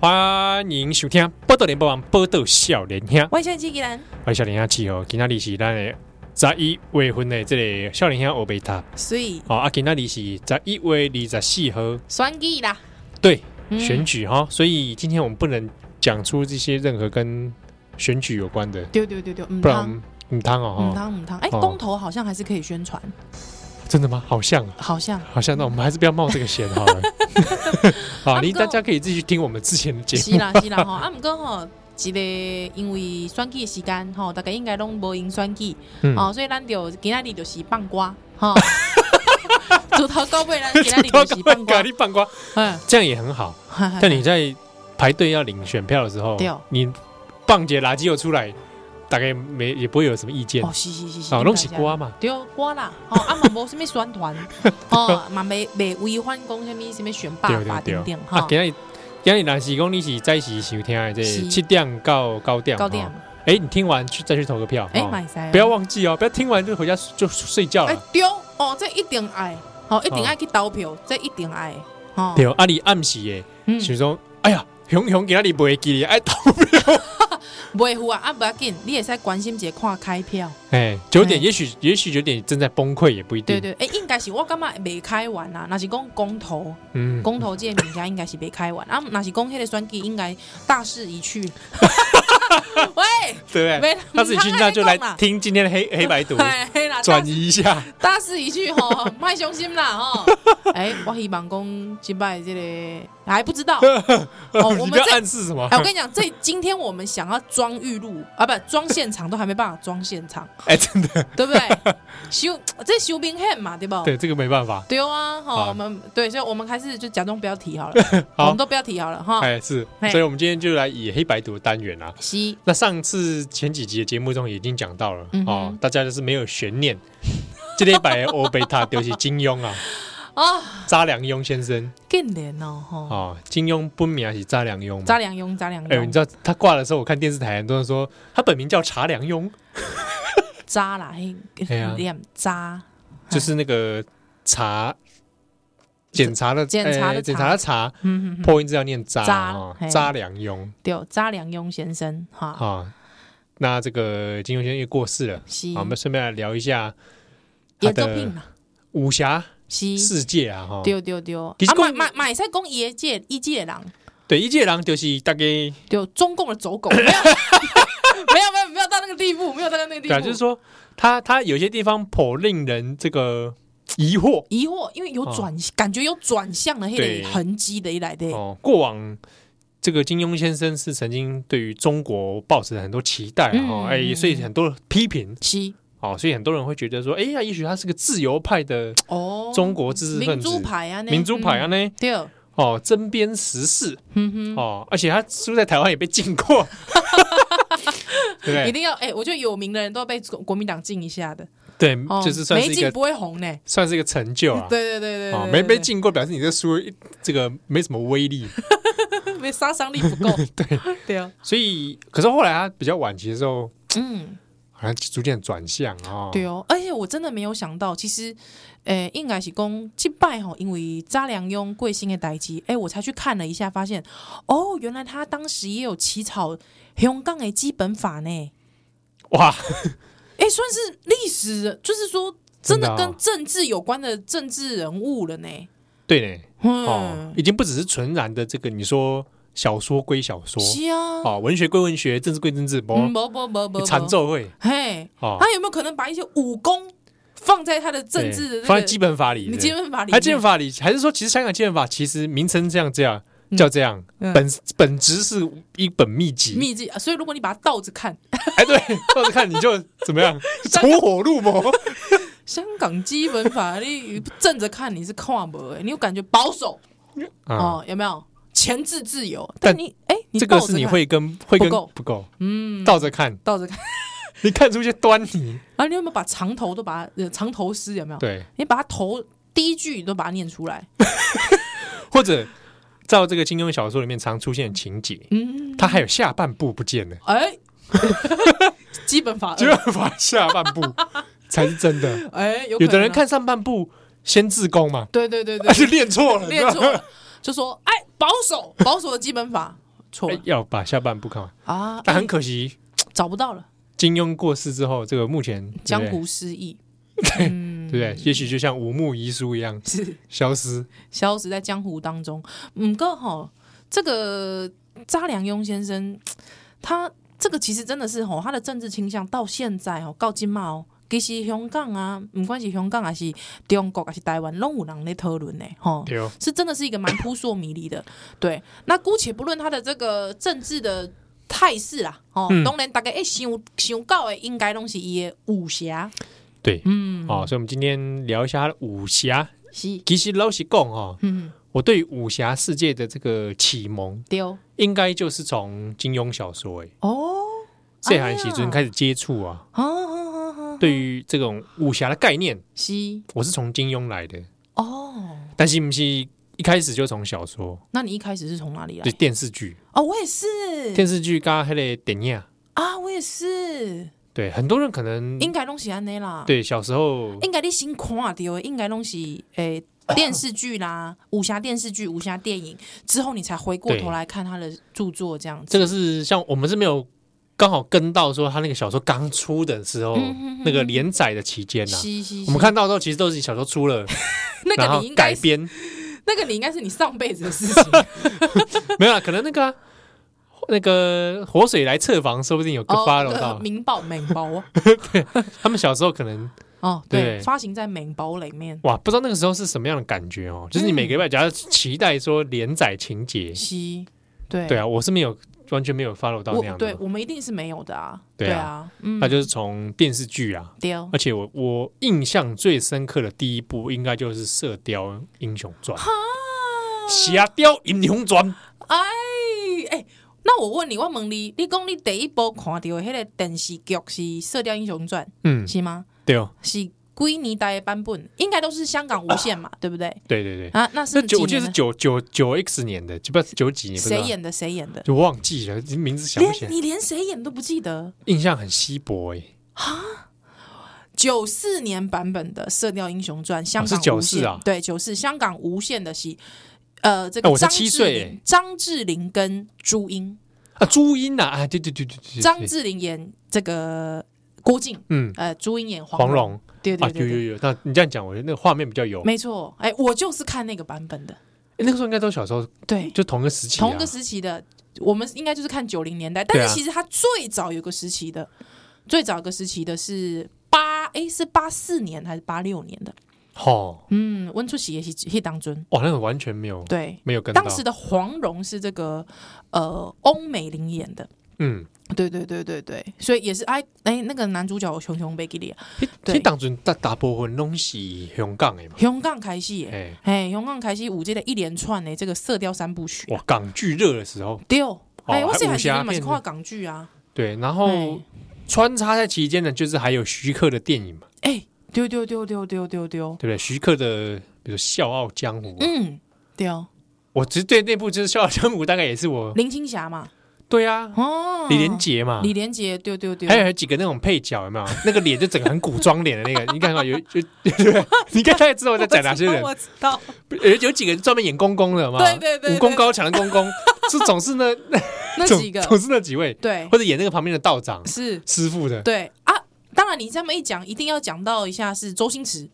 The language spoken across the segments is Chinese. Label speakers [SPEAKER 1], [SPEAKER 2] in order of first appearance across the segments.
[SPEAKER 1] 欢迎收听《报道联播网》，报道少年兄，
[SPEAKER 2] 万象机器人，
[SPEAKER 1] 欢迎少年兄气哦。今仔日是咱的十一月份的这个少年兄欧贝塔，
[SPEAKER 2] 所以
[SPEAKER 1] 哦啊，今仔日是十一月二十四号，
[SPEAKER 2] 选举啦，
[SPEAKER 1] 对，
[SPEAKER 2] 嗯
[SPEAKER 1] 选举哈、所以今天我们不能讲出这些任何跟选举有关的，
[SPEAKER 2] 对对对对，唔
[SPEAKER 1] 不然我
[SPEAKER 2] 嗯汤
[SPEAKER 1] 们唔汤哦
[SPEAKER 2] 唔
[SPEAKER 1] 哈、
[SPEAKER 2] 汤唔汤，哎，
[SPEAKER 1] 哦
[SPEAKER 2] 公投好像还是可以宣传，
[SPEAKER 1] 真的吗？好像啊。
[SPEAKER 2] 好像
[SPEAKER 1] 好像那我们还是不要冒这个险好 了。好，
[SPEAKER 2] 嗯啊
[SPEAKER 1] 你
[SPEAKER 2] 不
[SPEAKER 1] 大
[SPEAKER 2] 过
[SPEAKER 1] 家可以自己去听我们之前的节目。
[SPEAKER 2] 是啦是啦吼，啊，毋过吼，一个因为选举的时间吼，大家应该拢无用选举
[SPEAKER 1] 嗯，
[SPEAKER 2] 哦，所以咱就今仔日就是放歌 吼，主头到尾咱今仔日
[SPEAKER 1] 到
[SPEAKER 2] 就是放歌
[SPEAKER 1] 咖，喱棒瓜，
[SPEAKER 2] 嗯，
[SPEAKER 1] 这样也很好。但你在排队要领选票的时候
[SPEAKER 2] 哎对哦，
[SPEAKER 1] 你棒姐垃圾又出来，大概没也不会有什么意见
[SPEAKER 2] 哦，。是是是是，
[SPEAKER 1] 啊，弄起
[SPEAKER 2] 大家
[SPEAKER 1] 瓜嘛，
[SPEAKER 2] 对，我啦，吼，啊嘛无什物宣传， 吼，嘛袂袂违反讲什物什物选
[SPEAKER 1] 对
[SPEAKER 2] 罢法
[SPEAKER 1] 对
[SPEAKER 2] 等
[SPEAKER 1] 对
[SPEAKER 2] 等。
[SPEAKER 1] 啊
[SPEAKER 2] 吼，，
[SPEAKER 1] 今日今日若是讲你是早时收听的，这
[SPEAKER 2] 是
[SPEAKER 1] 七点到九点。
[SPEAKER 2] 高点
[SPEAKER 1] 哦。，哎，你听完去再去投个票。
[SPEAKER 2] 哎，
[SPEAKER 1] 哦
[SPEAKER 2] 买噻，
[SPEAKER 1] 不要忘记哦，不要听完就回家就睡觉
[SPEAKER 2] 哎
[SPEAKER 1] 了。
[SPEAKER 2] 对哦，这一定爱，哦，一定
[SPEAKER 1] 哦
[SPEAKER 2] 爱去投票，这一定爱，哦，
[SPEAKER 1] 对，啊，你暗时的。
[SPEAKER 2] 嗯，
[SPEAKER 1] 想说，哎呀，熊熊今仔日袂记哩，哎，投票。
[SPEAKER 2] 袂赴啊，啊不要紧，你会使关心一下看开票，
[SPEAKER 1] 哎，九点，
[SPEAKER 2] 哎
[SPEAKER 1] 也许也许九点正在崩溃，也不一定。
[SPEAKER 2] 对，对，哎，应该是我感觉袂开完啊啦，若是讲公投，
[SPEAKER 1] 嗯，
[SPEAKER 2] 公投这个物件应该是袂开完，啊，若是讲迄个选举应该大势 已去，喂，
[SPEAKER 1] 对不对？
[SPEAKER 2] 没啦
[SPEAKER 1] 哎他自己去那就来
[SPEAKER 2] 不通这样讲啦
[SPEAKER 1] 听今天的黑黑 白读，
[SPEAKER 2] 啊哎嘿啦，
[SPEAKER 1] 转移一下。
[SPEAKER 2] 大势已去吼，卖伤心啦 吼！哎、我希望讲击败这个还不 知道。哦我
[SPEAKER 1] 你
[SPEAKER 2] 们
[SPEAKER 1] 不要
[SPEAKER 2] 这
[SPEAKER 1] 暗示什么
[SPEAKER 2] 哎、？我跟你讲，这今天我们想要装预录啊，不装现场都还没办法装现场，
[SPEAKER 1] 哎，真的，
[SPEAKER 2] 对不对？修这修兵汉嘛，对不？
[SPEAKER 1] 对这个没办法。
[SPEAKER 2] 对啊，
[SPEAKER 1] 好
[SPEAKER 2] 哈，我们对，所以我们还是就假装不要提好了，我
[SPEAKER 1] 好
[SPEAKER 2] 们，都不要提好了哈。
[SPEAKER 1] 哎是，
[SPEAKER 2] 哦嘿
[SPEAKER 1] 所以我们今天就来以黑白读的单元啊。
[SPEAKER 2] 西
[SPEAKER 1] 那上次前几集的节目中已经讲到了
[SPEAKER 2] 嗯哼
[SPEAKER 1] 哦，大家就是没有悬念。 这一百欧贝塔丢弃金庸 啊，
[SPEAKER 2] 啊，
[SPEAKER 1] 查良镛先生
[SPEAKER 2] 更连哦哈，
[SPEAKER 1] 哦，金庸本名是查良镛嘛？
[SPEAKER 2] 扎良庸，扎良
[SPEAKER 1] 哎、你
[SPEAKER 2] 庸，
[SPEAKER 1] 知道他挂的时候，我看电视台很多人说他本名叫查良镛，
[SPEAKER 2] 扎啦，嘿
[SPEAKER 1] 哎呀，
[SPEAKER 2] 念扎哎
[SPEAKER 1] 就是那个查检查的
[SPEAKER 2] 检查的
[SPEAKER 1] 哎
[SPEAKER 2] 查
[SPEAKER 1] 检查的查，
[SPEAKER 2] 嗯嗯嗯，
[SPEAKER 1] 破音字要念查
[SPEAKER 2] 查
[SPEAKER 1] 哦
[SPEAKER 2] 嘿
[SPEAKER 1] 查良镛
[SPEAKER 2] 对，扎良庸先生哈，
[SPEAKER 1] 啊。那这个金庸先生也过世了，
[SPEAKER 2] 西
[SPEAKER 1] 好，我们顺便来聊一下他
[SPEAKER 2] 演奏品
[SPEAKER 1] 的
[SPEAKER 2] 啦，
[SPEAKER 1] 武侠
[SPEAKER 2] 西
[SPEAKER 1] 世界啊，哈。
[SPEAKER 2] 对对对，啊
[SPEAKER 1] 其实，
[SPEAKER 2] 买
[SPEAKER 1] 讲
[SPEAKER 2] 买买使讲伊诶即伊即个人，
[SPEAKER 1] 对，一介狼就是大概
[SPEAKER 2] 对中共的走狗，没有 没有没有没有到那个地步，没有到那个地
[SPEAKER 1] 对啊，
[SPEAKER 2] 步，
[SPEAKER 1] 就是说他他有些地方颇令人这个疑惑
[SPEAKER 2] 疑惑，因为有转感觉有转向的迄
[SPEAKER 1] 对
[SPEAKER 2] 个痕迹的一来的，
[SPEAKER 1] 嗯哦。过往这个金庸先生是曾经对于中国抱持很多期待啊哦，
[SPEAKER 2] 嗯
[SPEAKER 1] 哎、所以很多批评
[SPEAKER 2] 是
[SPEAKER 1] 哦，所以很多人会觉得说，哎呀，也许他是个自由派的
[SPEAKER 2] 哦，
[SPEAKER 1] 中国知识分
[SPEAKER 2] 民
[SPEAKER 1] 子，
[SPEAKER 2] 主牌啊，呢
[SPEAKER 1] 民主派啊，
[SPEAKER 2] 嗯
[SPEAKER 1] 呢、
[SPEAKER 2] 对，
[SPEAKER 1] 哦，针砭时事
[SPEAKER 2] 嗯哼。
[SPEAKER 1] 哦，而且他是不是在台湾也被禁 过？对不
[SPEAKER 2] 一
[SPEAKER 1] 对？
[SPEAKER 2] 定要哎、我觉得有名的人都要被国国民党禁一下的，
[SPEAKER 1] 对，
[SPEAKER 2] 哦，
[SPEAKER 1] 就是嗯算是
[SPEAKER 2] 没
[SPEAKER 1] 一
[SPEAKER 2] 禁
[SPEAKER 1] 个
[SPEAKER 2] 不会红呢。
[SPEAKER 1] 算是一个成就啊。
[SPEAKER 2] 对对对对
[SPEAKER 1] 哦，
[SPEAKER 2] 对，
[SPEAKER 1] 没
[SPEAKER 2] 对
[SPEAKER 1] 被，禁过，表示你这书一这个没什么威力。
[SPEAKER 2] 对没杀伤力不 够。对对啊，
[SPEAKER 1] 所以，可是后来他比较晚期的时候，
[SPEAKER 2] 嗯，
[SPEAKER 1] 好像逐渐转向哦。
[SPEAKER 2] 对哦，而且我真的没有想到，其实，诶、应该是讲这拜吼，因为查良镛贵姓的代志，诶、我才去看了一下，发现哦，原来他当时也有起草香港的基本法呢，
[SPEAKER 1] 哇，
[SPEAKER 2] 诶、算是历史，就是说真
[SPEAKER 1] 真的哦
[SPEAKER 2] 的跟政治有关的政治人物了呢。
[SPEAKER 1] 对呢，
[SPEAKER 2] 嗯，
[SPEAKER 1] 哦，已经不只是纯然的这个你说小说归小说，
[SPEAKER 2] 是啊，
[SPEAKER 1] 哦，文学归文学，政治归政治，不，
[SPEAKER 2] 嗯，不不不
[SPEAKER 1] 你
[SPEAKER 2] 不，不
[SPEAKER 1] 长，奏会
[SPEAKER 2] 嘿，
[SPEAKER 1] 哦，
[SPEAKER 2] 他有没有可能把一些武功放在他的政治的、那
[SPEAKER 1] 对
[SPEAKER 2] 个、
[SPEAKER 1] 放在基本法里，
[SPEAKER 2] 你基本法里
[SPEAKER 1] 还
[SPEAKER 2] 面？
[SPEAKER 1] 基本法里，还是说其实香港基本法其实名称这样这样
[SPEAKER 2] 嗯
[SPEAKER 1] 叫这样，
[SPEAKER 2] 嗯
[SPEAKER 1] 本本质是一本秘籍。
[SPEAKER 2] 秘籍，啊所以如果你把它倒着看，
[SPEAKER 1] 哎，对， 到时看你就怎么样， 走火入魔。
[SPEAKER 2] 香港基本法，你正着看你是看不的，你有感觉保守
[SPEAKER 1] 啊，
[SPEAKER 2] 哦，有没有？前置自由，
[SPEAKER 1] 但
[SPEAKER 2] 但你哎，你
[SPEAKER 1] 这个
[SPEAKER 2] 倒着
[SPEAKER 1] 是你
[SPEAKER 2] 看
[SPEAKER 1] 会跟会跟
[SPEAKER 2] 不够
[SPEAKER 1] 不够，
[SPEAKER 2] 嗯
[SPEAKER 1] 倒着看，
[SPEAKER 2] 倒着看，
[SPEAKER 1] 你看出一些端倪。
[SPEAKER 2] 然后你有没有把长头都把它呃长头诗有没有？
[SPEAKER 1] 对，
[SPEAKER 2] 你把它头第一句都把它念出来，
[SPEAKER 1] 或者照这个金庸小说里面常出现的情节，
[SPEAKER 2] 嗯，
[SPEAKER 1] 它还有下半部不见了，
[SPEAKER 2] 哎， 基本法
[SPEAKER 1] 基
[SPEAKER 2] 二，
[SPEAKER 1] 本法下半 部才是真的。
[SPEAKER 2] 哎，呃
[SPEAKER 1] 有
[SPEAKER 2] 有可
[SPEAKER 1] 的
[SPEAKER 2] 能
[SPEAKER 1] 人
[SPEAKER 2] 啊，
[SPEAKER 1] 看上半部先自宫嘛，
[SPEAKER 2] 对对对
[SPEAKER 1] 他
[SPEAKER 2] 对，
[SPEAKER 1] 就练错了，
[SPEAKER 2] 念错了，就说哎，保守保守的基本法错了
[SPEAKER 1] 哎要把下半部看完，
[SPEAKER 2] 啊，
[SPEAKER 1] 但
[SPEAKER 2] 哎
[SPEAKER 1] 很可惜，
[SPEAKER 2] 找不到了，
[SPEAKER 1] 金庸过世之后，这个目前对不
[SPEAKER 2] 江
[SPEAKER 1] 对
[SPEAKER 2] 湖嗯失意，
[SPEAKER 1] 对
[SPEAKER 2] 对
[SPEAKER 1] 不对？也许就像五木遗书一样
[SPEAKER 2] 是
[SPEAKER 1] 消失。
[SPEAKER 2] 消失在江湖当中。嗯，哥吼，这个查良镛先生，他这个其实真的是吼，他的政治倾向到现在吼，到今嘛哦，其实香港啊，不管是香港还是中国还是台湾，拢有人在讨论呢，吼。
[SPEAKER 1] 对哦，
[SPEAKER 2] 是真的是一个蛮扑朔迷离的，对。那姑且不论他的这个政治的态势啦，哦，
[SPEAKER 1] 嗯
[SPEAKER 2] 当然大概一想想到的应该拢是伊的武侠，
[SPEAKER 1] 对，
[SPEAKER 2] 嗯，
[SPEAKER 1] 哦，所以我们今天聊一下他的武侠。
[SPEAKER 2] 是，
[SPEAKER 1] 其实老实讲哦，
[SPEAKER 2] 嗯，
[SPEAKER 1] 我对武侠世界的这个启蒙，
[SPEAKER 2] 对，
[SPEAKER 1] 应该就是从金庸小说诶，
[SPEAKER 2] 哦，
[SPEAKER 1] 这韩喜尊开
[SPEAKER 2] 始，
[SPEAKER 1] 始接触啊。
[SPEAKER 2] 哦哦哦，
[SPEAKER 1] 对于这种武侠的概念，
[SPEAKER 2] 是，
[SPEAKER 1] 我是从金庸来的，
[SPEAKER 2] 哦，
[SPEAKER 1] 但是不是一开始就从小说，
[SPEAKER 2] 那你一开始是从哪里来
[SPEAKER 1] 就？电视剧、
[SPEAKER 2] 哦，我也是
[SPEAKER 1] 电视剧加那个电影，
[SPEAKER 2] 啊，我也是，
[SPEAKER 1] 对，很多人可能
[SPEAKER 2] 应该拢是安尼啦，，
[SPEAKER 1] 嗯对小时候
[SPEAKER 2] 应该你先看到的，应该拢是诶。电视剧 啦，武侠电视剧、武侠电影之后，你才回过头
[SPEAKER 1] 对
[SPEAKER 2] 来看他的著作，这样子。
[SPEAKER 1] 这个是像我们是没有刚好跟到说他那个小说刚出的时候，
[SPEAKER 2] 嗯哼哼
[SPEAKER 1] 那个连载的期间呐、啊
[SPEAKER 2] 是是是
[SPEAKER 1] 我们看到的时候其实都是小说出了，
[SPEAKER 2] 那
[SPEAKER 1] 然
[SPEAKER 2] 个
[SPEAKER 1] 后
[SPEAKER 2] 你应该
[SPEAKER 1] 改
[SPEAKER 2] 是，
[SPEAKER 1] 编，
[SPEAKER 2] 那个你应该是你上辈子的事 情。哦
[SPEAKER 1] 没有啦，可能那个啊、那个活水来测房，说不定有个
[SPEAKER 2] 哦
[SPEAKER 1] follow
[SPEAKER 2] 那个
[SPEAKER 1] 到、
[SPEAKER 2] 明报明报哦
[SPEAKER 1] 他们小时候可能
[SPEAKER 2] 哦，
[SPEAKER 1] 对
[SPEAKER 2] 对，发行在明报里面。
[SPEAKER 1] 哇，不知道那个时候是什么样的感觉哦，就是你每个礼拜假如期待说连载情节，
[SPEAKER 2] 西，对
[SPEAKER 1] 对啊，我是没有完全没有 follow 到那
[SPEAKER 2] 我
[SPEAKER 1] 样
[SPEAKER 2] 对
[SPEAKER 1] 的，
[SPEAKER 2] 我们一定是没有的啊。
[SPEAKER 1] 对
[SPEAKER 2] 对
[SPEAKER 1] 啊
[SPEAKER 2] 啊，嗯哦
[SPEAKER 1] 那就是从电视剧啊。
[SPEAKER 2] 丢
[SPEAKER 1] 而且我我印象最深刻的第一部应该就是《射雕英雄传》。《射雕英雄传》
[SPEAKER 2] 哎哎。那我问你，我问你，你讲你第一部看到的迄个电视剧是《射雕英雄传
[SPEAKER 1] 嗯》，，
[SPEAKER 2] 是吗？
[SPEAKER 1] 对哦，
[SPEAKER 2] 是几年代的版本？应该都是香港无线嘛，对不对？
[SPEAKER 1] 对对对，
[SPEAKER 2] 啊，那
[SPEAKER 1] 啊那
[SPEAKER 2] 是
[SPEAKER 1] 九
[SPEAKER 2] 几
[SPEAKER 1] 我记得
[SPEAKER 2] 年
[SPEAKER 1] 是
[SPEAKER 2] 的
[SPEAKER 1] 九九九 X 年的，不知道九几年，不知
[SPEAKER 2] 谁
[SPEAKER 1] 道
[SPEAKER 2] 演的？谁演的？
[SPEAKER 1] 就忘记了，名字想不起
[SPEAKER 2] 连
[SPEAKER 1] 来，
[SPEAKER 2] 你连谁演都不记得？
[SPEAKER 1] 印象很稀薄哎，
[SPEAKER 2] 九四年版本的《射雕英雄传》，香
[SPEAKER 1] 是
[SPEAKER 2] 港
[SPEAKER 1] 94
[SPEAKER 2] 无线、
[SPEAKER 1] 啊
[SPEAKER 2] 对，九四香港无线的戏，呃，这
[SPEAKER 1] 哎
[SPEAKER 2] 个
[SPEAKER 1] 我才
[SPEAKER 2] 张
[SPEAKER 1] 7
[SPEAKER 2] 智
[SPEAKER 1] 岁
[SPEAKER 2] 霖
[SPEAKER 1] 耶，
[SPEAKER 2] 张智霖跟朱茵，
[SPEAKER 1] 啊，朱茵呐，啊，对对对对对对，
[SPEAKER 2] 张
[SPEAKER 1] 对
[SPEAKER 2] 智霖演这个郭靖，
[SPEAKER 1] 嗯，
[SPEAKER 2] 呃，朱茵演
[SPEAKER 1] 黄
[SPEAKER 2] 蓉，
[SPEAKER 1] 蓉
[SPEAKER 2] 对
[SPEAKER 1] 啊，
[SPEAKER 2] 对
[SPEAKER 1] 有
[SPEAKER 2] 对
[SPEAKER 1] 有
[SPEAKER 2] 对，
[SPEAKER 1] 有，那你这样讲，我觉得那个画面比较有，哎
[SPEAKER 2] 没错，哎，我就是看那个版本的，
[SPEAKER 1] 那个时候应该都小时候，
[SPEAKER 2] 对，
[SPEAKER 1] 就同一个时期啊，
[SPEAKER 2] 同一个时期的，我们应该就是看九零年代，但
[SPEAKER 1] 对啊
[SPEAKER 2] 是其实它最早有个时期的，最早有个时期的是八，哎，是八四年还是八六年的？
[SPEAKER 1] 哦，
[SPEAKER 2] 嗯，温出喜也是迄当中，
[SPEAKER 1] 哇，那个完全没有
[SPEAKER 2] 对。
[SPEAKER 1] 没有跟到
[SPEAKER 2] 当，时的黄蓉是这个呃欧美玲演的，
[SPEAKER 1] 嗯，
[SPEAKER 2] 对对对对对，所以也是哎哎那个男主角熊熊贝吉利，对
[SPEAKER 1] 那当阵大大部分拢是香港的嘛，
[SPEAKER 2] 香港开戏耶，
[SPEAKER 1] 哎。
[SPEAKER 2] 哎香港开戏五这的一连串的这个射雕三部曲
[SPEAKER 1] 哇，港剧热的时候，
[SPEAKER 2] 对哦，哎
[SPEAKER 1] 哦
[SPEAKER 2] 我
[SPEAKER 1] 还
[SPEAKER 2] 是
[SPEAKER 1] 武
[SPEAKER 2] 很喜
[SPEAKER 1] 侠
[SPEAKER 2] 欢嘛，是
[SPEAKER 1] 片
[SPEAKER 2] 看港剧啊，
[SPEAKER 1] 对，然后
[SPEAKER 2] 哎
[SPEAKER 1] 穿插在期间呢，就是还有徐克的电影嘛，
[SPEAKER 2] 哎丢丢丢丢丢丢丢，
[SPEAKER 1] 对不对？徐克的，比如《笑傲江湖》啊，
[SPEAKER 2] 嗯对哦，
[SPEAKER 1] 我其实对那部就是《笑傲江湖》，大概也是我
[SPEAKER 2] 林青霞嘛，
[SPEAKER 1] 对啊，
[SPEAKER 2] 哦
[SPEAKER 1] 李连杰嘛，
[SPEAKER 2] 李连哎杰丢丢丢
[SPEAKER 1] 还，有几个那种配角，有没有？那个脸就整个很古装脸的那个，你 看到有就对不 对？你看大概知道我在讲哪些人，
[SPEAKER 2] 我知道，我知道
[SPEAKER 1] 有有几个人专门演公公的嘛，
[SPEAKER 2] 对对对对
[SPEAKER 1] 武功高强的公公，是总是那
[SPEAKER 2] 那
[SPEAKER 1] 总
[SPEAKER 2] 几个
[SPEAKER 1] 总是那几位，
[SPEAKER 2] 对
[SPEAKER 1] 或者演那个旁边的道长
[SPEAKER 2] 是，
[SPEAKER 1] 师傅的
[SPEAKER 2] 对啊，当然你这么一讲，一定要讲到一下是周星驰，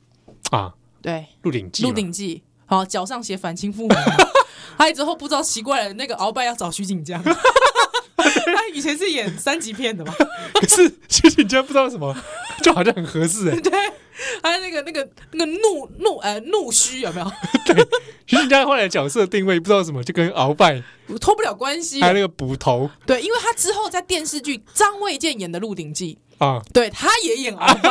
[SPEAKER 1] 啊，
[SPEAKER 2] 对。
[SPEAKER 1] 《鹿鼎
[SPEAKER 2] 《
[SPEAKER 1] 记》
[SPEAKER 2] 鹿
[SPEAKER 1] 嘛，
[SPEAKER 2] 鼎记》好，脚上写反清 复明，还有之后不知道奇怪了，那个鳌拜要找徐锦 江，他以前是演三级片的嘛，
[SPEAKER 1] 可 是其实你家不知道为什么， 就好像很合适哎、
[SPEAKER 2] 对，还有那个那个那个怒怒呃怒须有没有
[SPEAKER 1] 其实你家后来的角色定位不知道为什么，就跟鳌拜
[SPEAKER 2] 脱不了关系
[SPEAKER 1] 还有？那个捕头
[SPEAKER 2] 对，因为他之后在电视剧张卫健演的《鹿鼎记
[SPEAKER 1] 啊》，，
[SPEAKER 2] 对他也演鳌拜，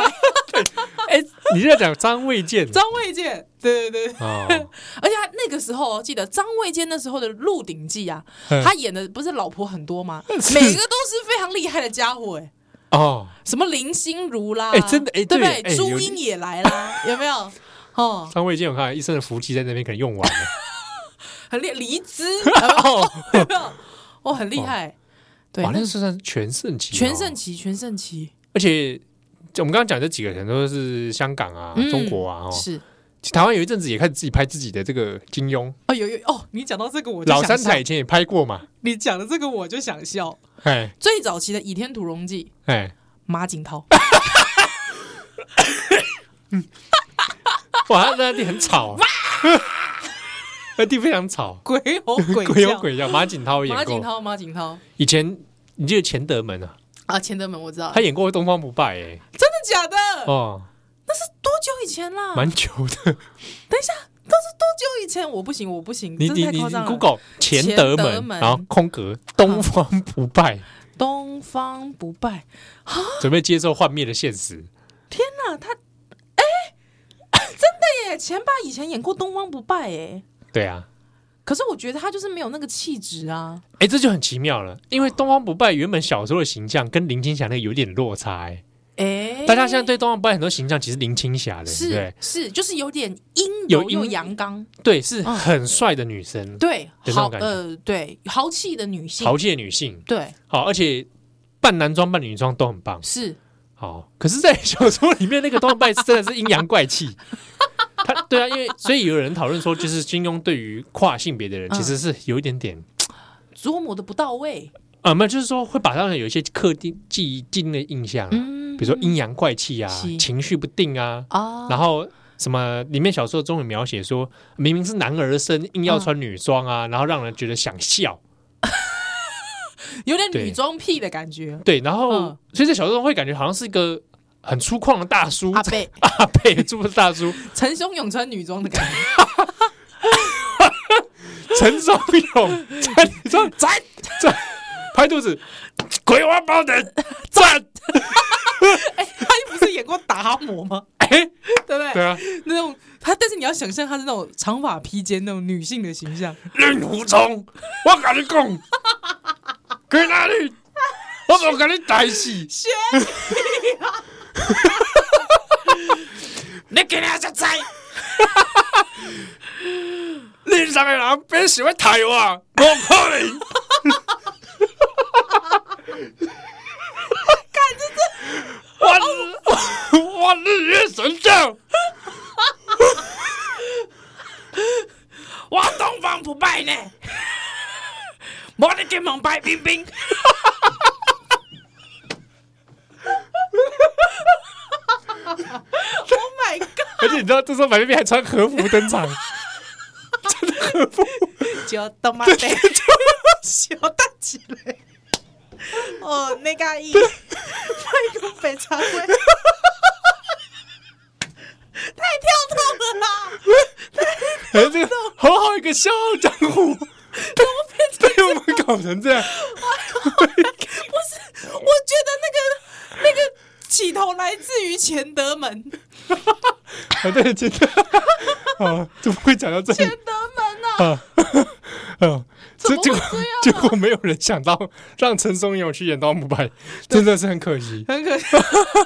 [SPEAKER 1] 哎、你是在讲张卫健
[SPEAKER 2] 张卫健，对对对，
[SPEAKER 1] 啊？
[SPEAKER 2] 而且他那个时候哦记得张卫健那时候的《鹿鼎记》啊，
[SPEAKER 1] 嗯
[SPEAKER 2] 他演的不是老婆很多吗？
[SPEAKER 1] 是
[SPEAKER 2] 每个都是非常厉害的家伙哎、
[SPEAKER 1] 哦，
[SPEAKER 2] 什么林心如啦，
[SPEAKER 1] 哎真的哎
[SPEAKER 2] 对不
[SPEAKER 1] 对哎
[SPEAKER 2] 对？
[SPEAKER 1] 有
[SPEAKER 2] 朱茵也来啦，有没有？哦，
[SPEAKER 1] 张卫健，我看一身的福气在那边可能用完了。
[SPEAKER 2] 很厉黎姿，
[SPEAKER 1] 哦，
[SPEAKER 2] 有没有？哦，很厉害， 对
[SPEAKER 1] 哇，，那是算是全盛期、哦，
[SPEAKER 2] 全盛，期，全盛期
[SPEAKER 1] 而且。我们刚刚讲这几个人都是香港啊、
[SPEAKER 2] 嗯
[SPEAKER 1] 中国啊，哦，
[SPEAKER 2] 是
[SPEAKER 1] 其实台湾有一阵子也开始自己拍自己的这个金庸，
[SPEAKER 2] 哦，有有哦，你讲到这个我就
[SPEAKER 1] 老
[SPEAKER 2] 想
[SPEAKER 1] 三
[SPEAKER 2] 笑
[SPEAKER 1] 台以前也拍过嘛，
[SPEAKER 2] 你讲的这个我就想笑。
[SPEAKER 1] 哎
[SPEAKER 2] 最早期的《倚天屠龙记》，
[SPEAKER 1] 哎，
[SPEAKER 2] 马景涛，
[SPEAKER 1] 哇，那地很吵，啊 那地非常吵，
[SPEAKER 2] 鬼吼鬼
[SPEAKER 1] 鬼有
[SPEAKER 2] 叫，
[SPEAKER 1] 鬼叫。马景涛
[SPEAKER 2] 马
[SPEAKER 1] 演
[SPEAKER 2] 景
[SPEAKER 1] 过，
[SPEAKER 2] 涛，马景涛
[SPEAKER 1] 以前你记得钱德门啊，
[SPEAKER 2] 啊，钱德门我知道，
[SPEAKER 1] 他
[SPEAKER 2] 真
[SPEAKER 1] 演过《东方不败》哎，
[SPEAKER 2] 的假的？
[SPEAKER 1] 哦，
[SPEAKER 2] 多久以前啦？
[SPEAKER 1] 蛮久 的。
[SPEAKER 2] 多久以前？我不行，我不行，
[SPEAKER 1] 你
[SPEAKER 2] 真的
[SPEAKER 1] 你
[SPEAKER 2] 太
[SPEAKER 1] 你
[SPEAKER 2] 夸张了
[SPEAKER 1] Google 钱德
[SPEAKER 2] 钱德
[SPEAKER 1] 门，
[SPEAKER 2] 门嗯
[SPEAKER 1] 然后空格东方不败，
[SPEAKER 2] 东方不败，
[SPEAKER 1] 准备接受幻灭的现实。
[SPEAKER 2] 天哪，他哎、真的耶！钱爸以前演过东方不败哎，
[SPEAKER 1] 对啊，
[SPEAKER 2] 可是我觉得他就是没有那个气质啊。
[SPEAKER 1] 哎，这就很奇妙了，因为东方不败原本小时候的形象跟林青霞那个有点落差哎。
[SPEAKER 2] 哎、
[SPEAKER 1] 大家现在对东方不败很多形象其实林青霞的，对不
[SPEAKER 2] 是
[SPEAKER 1] 对
[SPEAKER 2] 是，就是有点阴
[SPEAKER 1] 有
[SPEAKER 2] 柔又
[SPEAKER 1] 阴
[SPEAKER 2] 阳刚，
[SPEAKER 1] 对，是很帅的女生，
[SPEAKER 2] 嗯对，
[SPEAKER 1] 那
[SPEAKER 2] 豪
[SPEAKER 1] 种感觉
[SPEAKER 2] 呃，对，豪气的女性，
[SPEAKER 1] 豪气的女性，
[SPEAKER 2] 对，
[SPEAKER 1] 好，而且扮男装扮女装都很棒。
[SPEAKER 2] 是
[SPEAKER 1] 好，可是，在小说里面那个东方不败真的是阴阳怪气。他对啊，因为所以有人讨论说，就是金庸对于跨性别的人
[SPEAKER 2] 嗯
[SPEAKER 1] 其实是有一点点
[SPEAKER 2] 琢磨的不到位。
[SPEAKER 1] 啊，没有，就是说会把他们有一些刻定记忆既定的印象啊，
[SPEAKER 2] 嗯
[SPEAKER 1] 比如说阴阳怪气啊
[SPEAKER 2] 是，
[SPEAKER 1] 情绪不定啊，
[SPEAKER 2] 啊，
[SPEAKER 1] 然后什么里面小说中有描写说，明明是男儿身，硬要
[SPEAKER 2] 嗯
[SPEAKER 1] 穿女装啊，然后让人觉得想笑。
[SPEAKER 2] 有点
[SPEAKER 1] 对
[SPEAKER 2] 女装癖的 感觉。
[SPEAKER 1] 对，然后、
[SPEAKER 2] 嗯
[SPEAKER 1] 所以在小说中会感觉好像是一个很粗犷的大叔，
[SPEAKER 2] 阿贝，
[SPEAKER 1] 阿贝，猪的大叔，
[SPEAKER 2] 陈雄勇穿女装的感觉，
[SPEAKER 1] 陈松勇，在你说
[SPEAKER 2] 赞
[SPEAKER 1] 在拍肚子，葵花宝典赞，
[SPEAKER 2] 哎他不是演过达摩吗？
[SPEAKER 1] 哎，
[SPEAKER 2] 对不对？
[SPEAKER 1] 对啊，
[SPEAKER 2] 那种他，但是你要想象他是那种长发披肩那种女性的形象，
[SPEAKER 1] 令狐冲，我跟你讲，去哪里，我都跟你在死，
[SPEAKER 2] 学
[SPEAKER 1] 你今天才知，你上个人别喜欢台湾，我可能。看这我我日月神教，
[SPEAKER 3] 我东方不败呢，我的金门白冰冰，
[SPEAKER 2] ，Oh my god，
[SPEAKER 1] 而且你知道，这时候白冰冰还穿和服登场，
[SPEAKER 2] 就他妈的， 小蛋起 来。哦，那个一，那个北常 威，太跳痛了啦！
[SPEAKER 1] 哎，这个好好一个笑傲江 湖， 被我们搞成这样，
[SPEAKER 2] 不是，我觉得那个那个起头来自于钱德门，
[SPEAKER 1] 啊，对，真的，啊，怎么会讲到这里
[SPEAKER 2] 钱德门 啊，
[SPEAKER 1] 啊？啊，这
[SPEAKER 2] 怎么会
[SPEAKER 1] 结果
[SPEAKER 2] 这样啊
[SPEAKER 1] 结果没有人想到让陈松勇去演刀木白，真的是很可惜。
[SPEAKER 2] 很可惜，